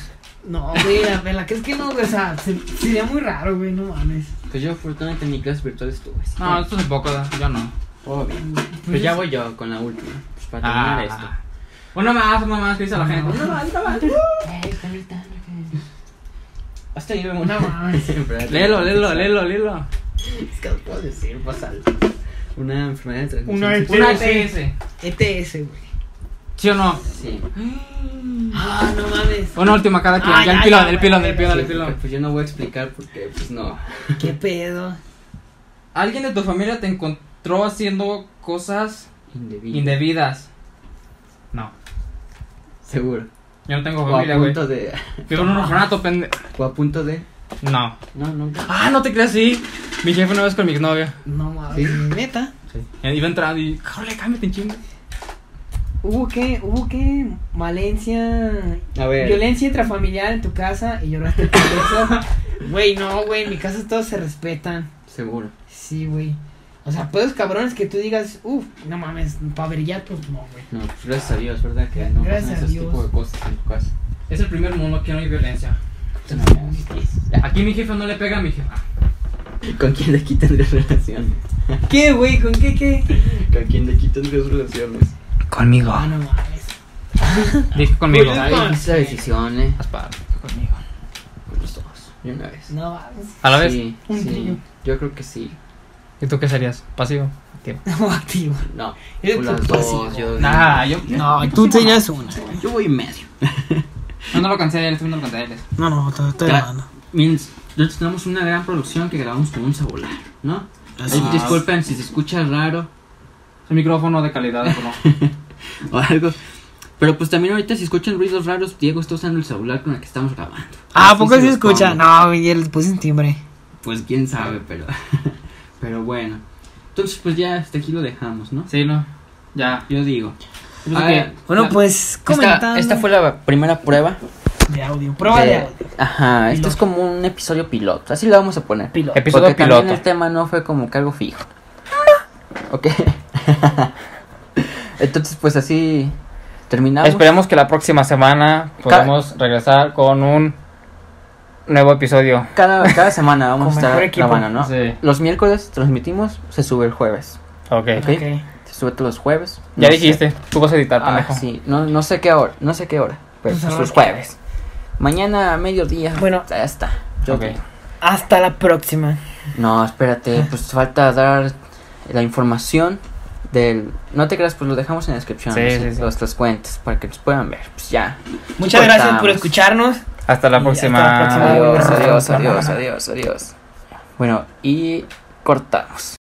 S2: No, güey, la verdad que es que no, güey, o sea, se- sería muy raro, güey, no mames.
S1: Pues yo afortunadamente en mi clase virtual estuve así.
S3: No, esto tampoco, yo no.
S1: Todo bien.
S2: Ah, Pues,
S1: Pues ya voy yo con la última. Pues para
S3: Ah,
S1: terminar esto.
S3: Una más, una más, que dice la gente. Una más, una más.
S2: Eh,
S1: Hasta yo me
S2: No mames.
S1: Léelo,
S3: Léelo, léelo, léelo, léelo.
S1: Es que lo puedo decir, pues alto. Una enfermedad de transmisión.
S2: Una
S1: sexual.
S3: Una
S2: Sí.
S3: SS.
S2: ETS, E güey.
S3: ¿Sí o no?
S1: Sí.
S2: Ah, no mames.
S3: Una última cada quien.
S2: Ah,
S3: ya
S2: ya,
S3: el pilón,
S2: ya,
S3: el
S2: güey,
S3: pilón,
S2: güey,
S3: el pilón,
S1: Sí,
S3: el pilón.
S1: Pues yo no voy a explicar porque, pues no.
S2: ¿Qué pedo?
S3: ¿Alguien de tu familia te encontró haciendo cosas
S1: Indebido.
S3: indebidas? No.
S1: Seguro.
S3: Yo no
S2: Oh,
S3: tengo
S1: O a
S3: familia, güey.
S1: punto de.
S3: Vivo en un orfanato, pende...
S1: O a punto de.
S3: No.
S1: No, nunca.
S3: Ah, no te creas, sí. Mi jefe una vez con mi exnovia.
S2: No mames.
S1: Sí.
S2: Neta.
S3: Eh, Iba entrando y, ¡Jole, cámbiate en chingo.
S2: Hubo que, hubo que violencia,
S1: A ver.
S2: violencia intrafamiliar en tu casa y lloraste por eso. Güey, no, güey, en mi casa todos se respetan.
S1: Seguro.
S2: Sí, güey. O sea, puedes cabrones que tú digas, uff, no mames, pa' brillar, pues no, güey.
S1: No, pues gracias a Dios, ¿verdad? Que no
S2: Gracias
S1: pasan
S2: a
S1: esos
S2: Dios.
S1: tipos de cosas en tu casa.
S3: Es el primer mundo, aquí no hay violencia. Aquí mi jefe no le pega a mi jefa.
S1: ¿Con quién de aquí tendrías relaciones?
S2: ¿Qué, güey? ¿Con qué, qué?
S1: ¿Con quién de aquí tendrías relaciones?
S3: Conmigo.
S2: Ah, no mames.
S3: Dije conmigo.
S2: Pues,
S1: Ay, es la decisión, eh.
S3: Aspar, conmigo.
S1: Con los dos. De una vez.
S2: No mames.
S3: A la vez.
S1: Sí,
S2: Un trío.
S1: sí. Yo creo que sí.
S3: ¿Y tú qué serías? ¿Pasivo?
S2: No, activo.
S1: No.
S2: Eres
S1: o las
S2: tú pasivo.
S1: dos. Yo,
S3: Nah, yo. No,
S2: Tú enseñas una.
S1: yo voy en medio.
S3: No, no lo canceles, tú no lo canceles.
S2: No, no, te estoy
S1: Ca- Miren, nosotros tenemos una gran producción que grabamos con un celular, ¿no?
S2: Así
S1: Ay,
S2: es.
S1: disculpen si se escucha raro
S3: Es un micrófono de calidad, ¿no?
S1: o algo. Pero pues también ahorita si escuchan ruidos raros, Diego está usando el celular con el que estamos grabando.
S2: Ah, ¿a
S1: Así
S2: poco se
S1: los
S2: escucha?
S1: pongo.
S2: No, güey, ya les puse un timbre.
S1: Pues quién sabe, pero... pero bueno. Entonces pues ya hasta aquí lo dejamos, ¿no?
S3: Sí, no. Ya.
S1: Yo digo.
S3: Yo
S1: A
S3: sé
S1: ver,
S3: que-
S2: Bueno,
S3: la-
S2: pues, comentando.
S1: la primera prueba.
S2: De audio. Prueba de audio.
S1: Ajá, esto
S2: Piloto.
S1: es como un episodio piloto, así lo vamos a poner.
S2: Piloto.
S3: Episodio
S1: Porque
S3: piloto.
S1: también el tema no fue como que algo fijo. Ok. Entonces, pues así terminamos.
S3: Esperemos que la próxima semana podamos regresar con un nuevo episodio.
S1: Cada, cada semana vamos
S2: Con
S1: a
S2: mejor
S1: estar
S2: equipo.
S1: grabando, ¿no?
S3: Sí.
S1: Los miércoles transmitimos, se sube el jueves.
S3: Ok.
S1: Ok. Se sube todos los jueves.
S3: Ya
S1: No
S3: dijiste, tú vas a
S1: sé.
S3: editar,
S1: Ah,
S3: pendejo.
S1: sí, no, no sé qué hora, no sé qué hora, pero
S2: Pues a la
S1: pues,
S2: hora
S1: los
S2: que
S1: jueves. Mañana a mediodía.
S2: Bueno.
S1: ya está. Yo
S3: Ok.
S1: digo.
S2: Hasta la próxima.
S1: No,
S3: Ah.
S1: espérate, pues falta dar la información del... No te creas, pues lo dejamos en la descripción,
S3: Sí,
S1: ¿no?
S3: sí, sí.
S1: nuestras cuentas, para que los puedan ver. Pues ya.
S2: Muchas gracias por
S1: cortamos.
S2: escucharnos.
S3: Hasta la
S2: Y
S3: próxima.
S2: hasta la próxima.
S1: Adiós,
S2: Ah,
S1: adiós,
S2: ah,
S1: adiós,
S2: ah,
S1: adiós, adiós. Bueno, y cortamos.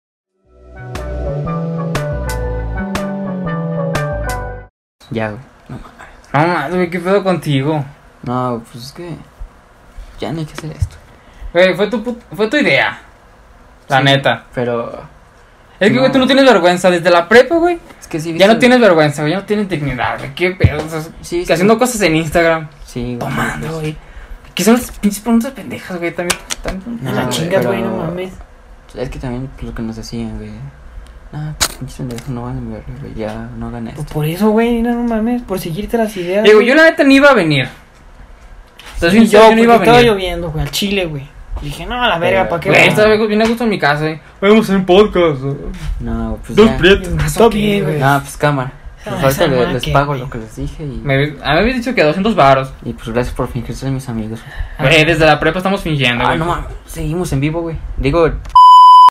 S1: Ya, güey.
S3: No mames, güey, Ah, qué pedo contigo.
S1: No, pues es que... Ya no hay que hacer esto.
S3: Güey, fue tu, put- fue tu idea. La
S1: Sí.
S3: neta.
S1: Pero...
S3: Es que, güey, tú
S1: No.
S3: no tienes vergüenza. Desde la prepa, güey.
S1: Es que sí...
S3: Ya no
S1: viste-
S3: tienes vergüenza, güey. Ya no tienes dignidad, güey. Qué pedo. o sea,
S1: Sí,
S3: que
S1: sí.
S3: haciendo cosas en Instagram.
S1: Sí, güey.
S3: Tomando, güey. Que son las pinches preguntas pendejas, güey. También. también-
S1: No,
S2: la
S1: güey,
S2: chinga, güey,
S1: pero-
S2: no mames.
S1: Es que también pues, lo que nos decían, güey. Nah, pinches pendejos, no van a mi verga, güey. Ya no hagan
S2: Pues
S1: esto.
S2: por eso, güey, no, no mames. Por seguirte las ideas.
S3: Digo,
S2: güey.
S3: yo la neta ni iba a venir. Entonces,
S2: Sí,
S3: yo,
S2: yo,
S3: yo no iba a
S2: porque estaba
S3: venir.
S2: lloviendo, güey, al chile, güey. Dije, no, a la verga,
S1: Pero-
S2: ¿para qué?
S3: Güey,
S1: bueno.
S2: vamos?
S3: estaba bien a gusto en mi casa, güey. Vamos a hacer un podcast.
S1: No, pues.
S3: Dos
S1: ya.
S2: Está bien, güey.
S1: Ah, pues cámara. Pues
S2: Ah,
S1: ahorita
S2: esa
S1: le-
S2: madre
S1: les
S2: que-
S1: pago lo que les dije y,
S3: Me, habí- a mí me habías dicho que 200 baros.
S1: y pues gracias por fingir ser mis amigos.
S3: Güey, desde la prepa estamos fingiendo,
S1: Ah,
S3: güey.
S1: no mames, seguimos en vivo, güey. Digo,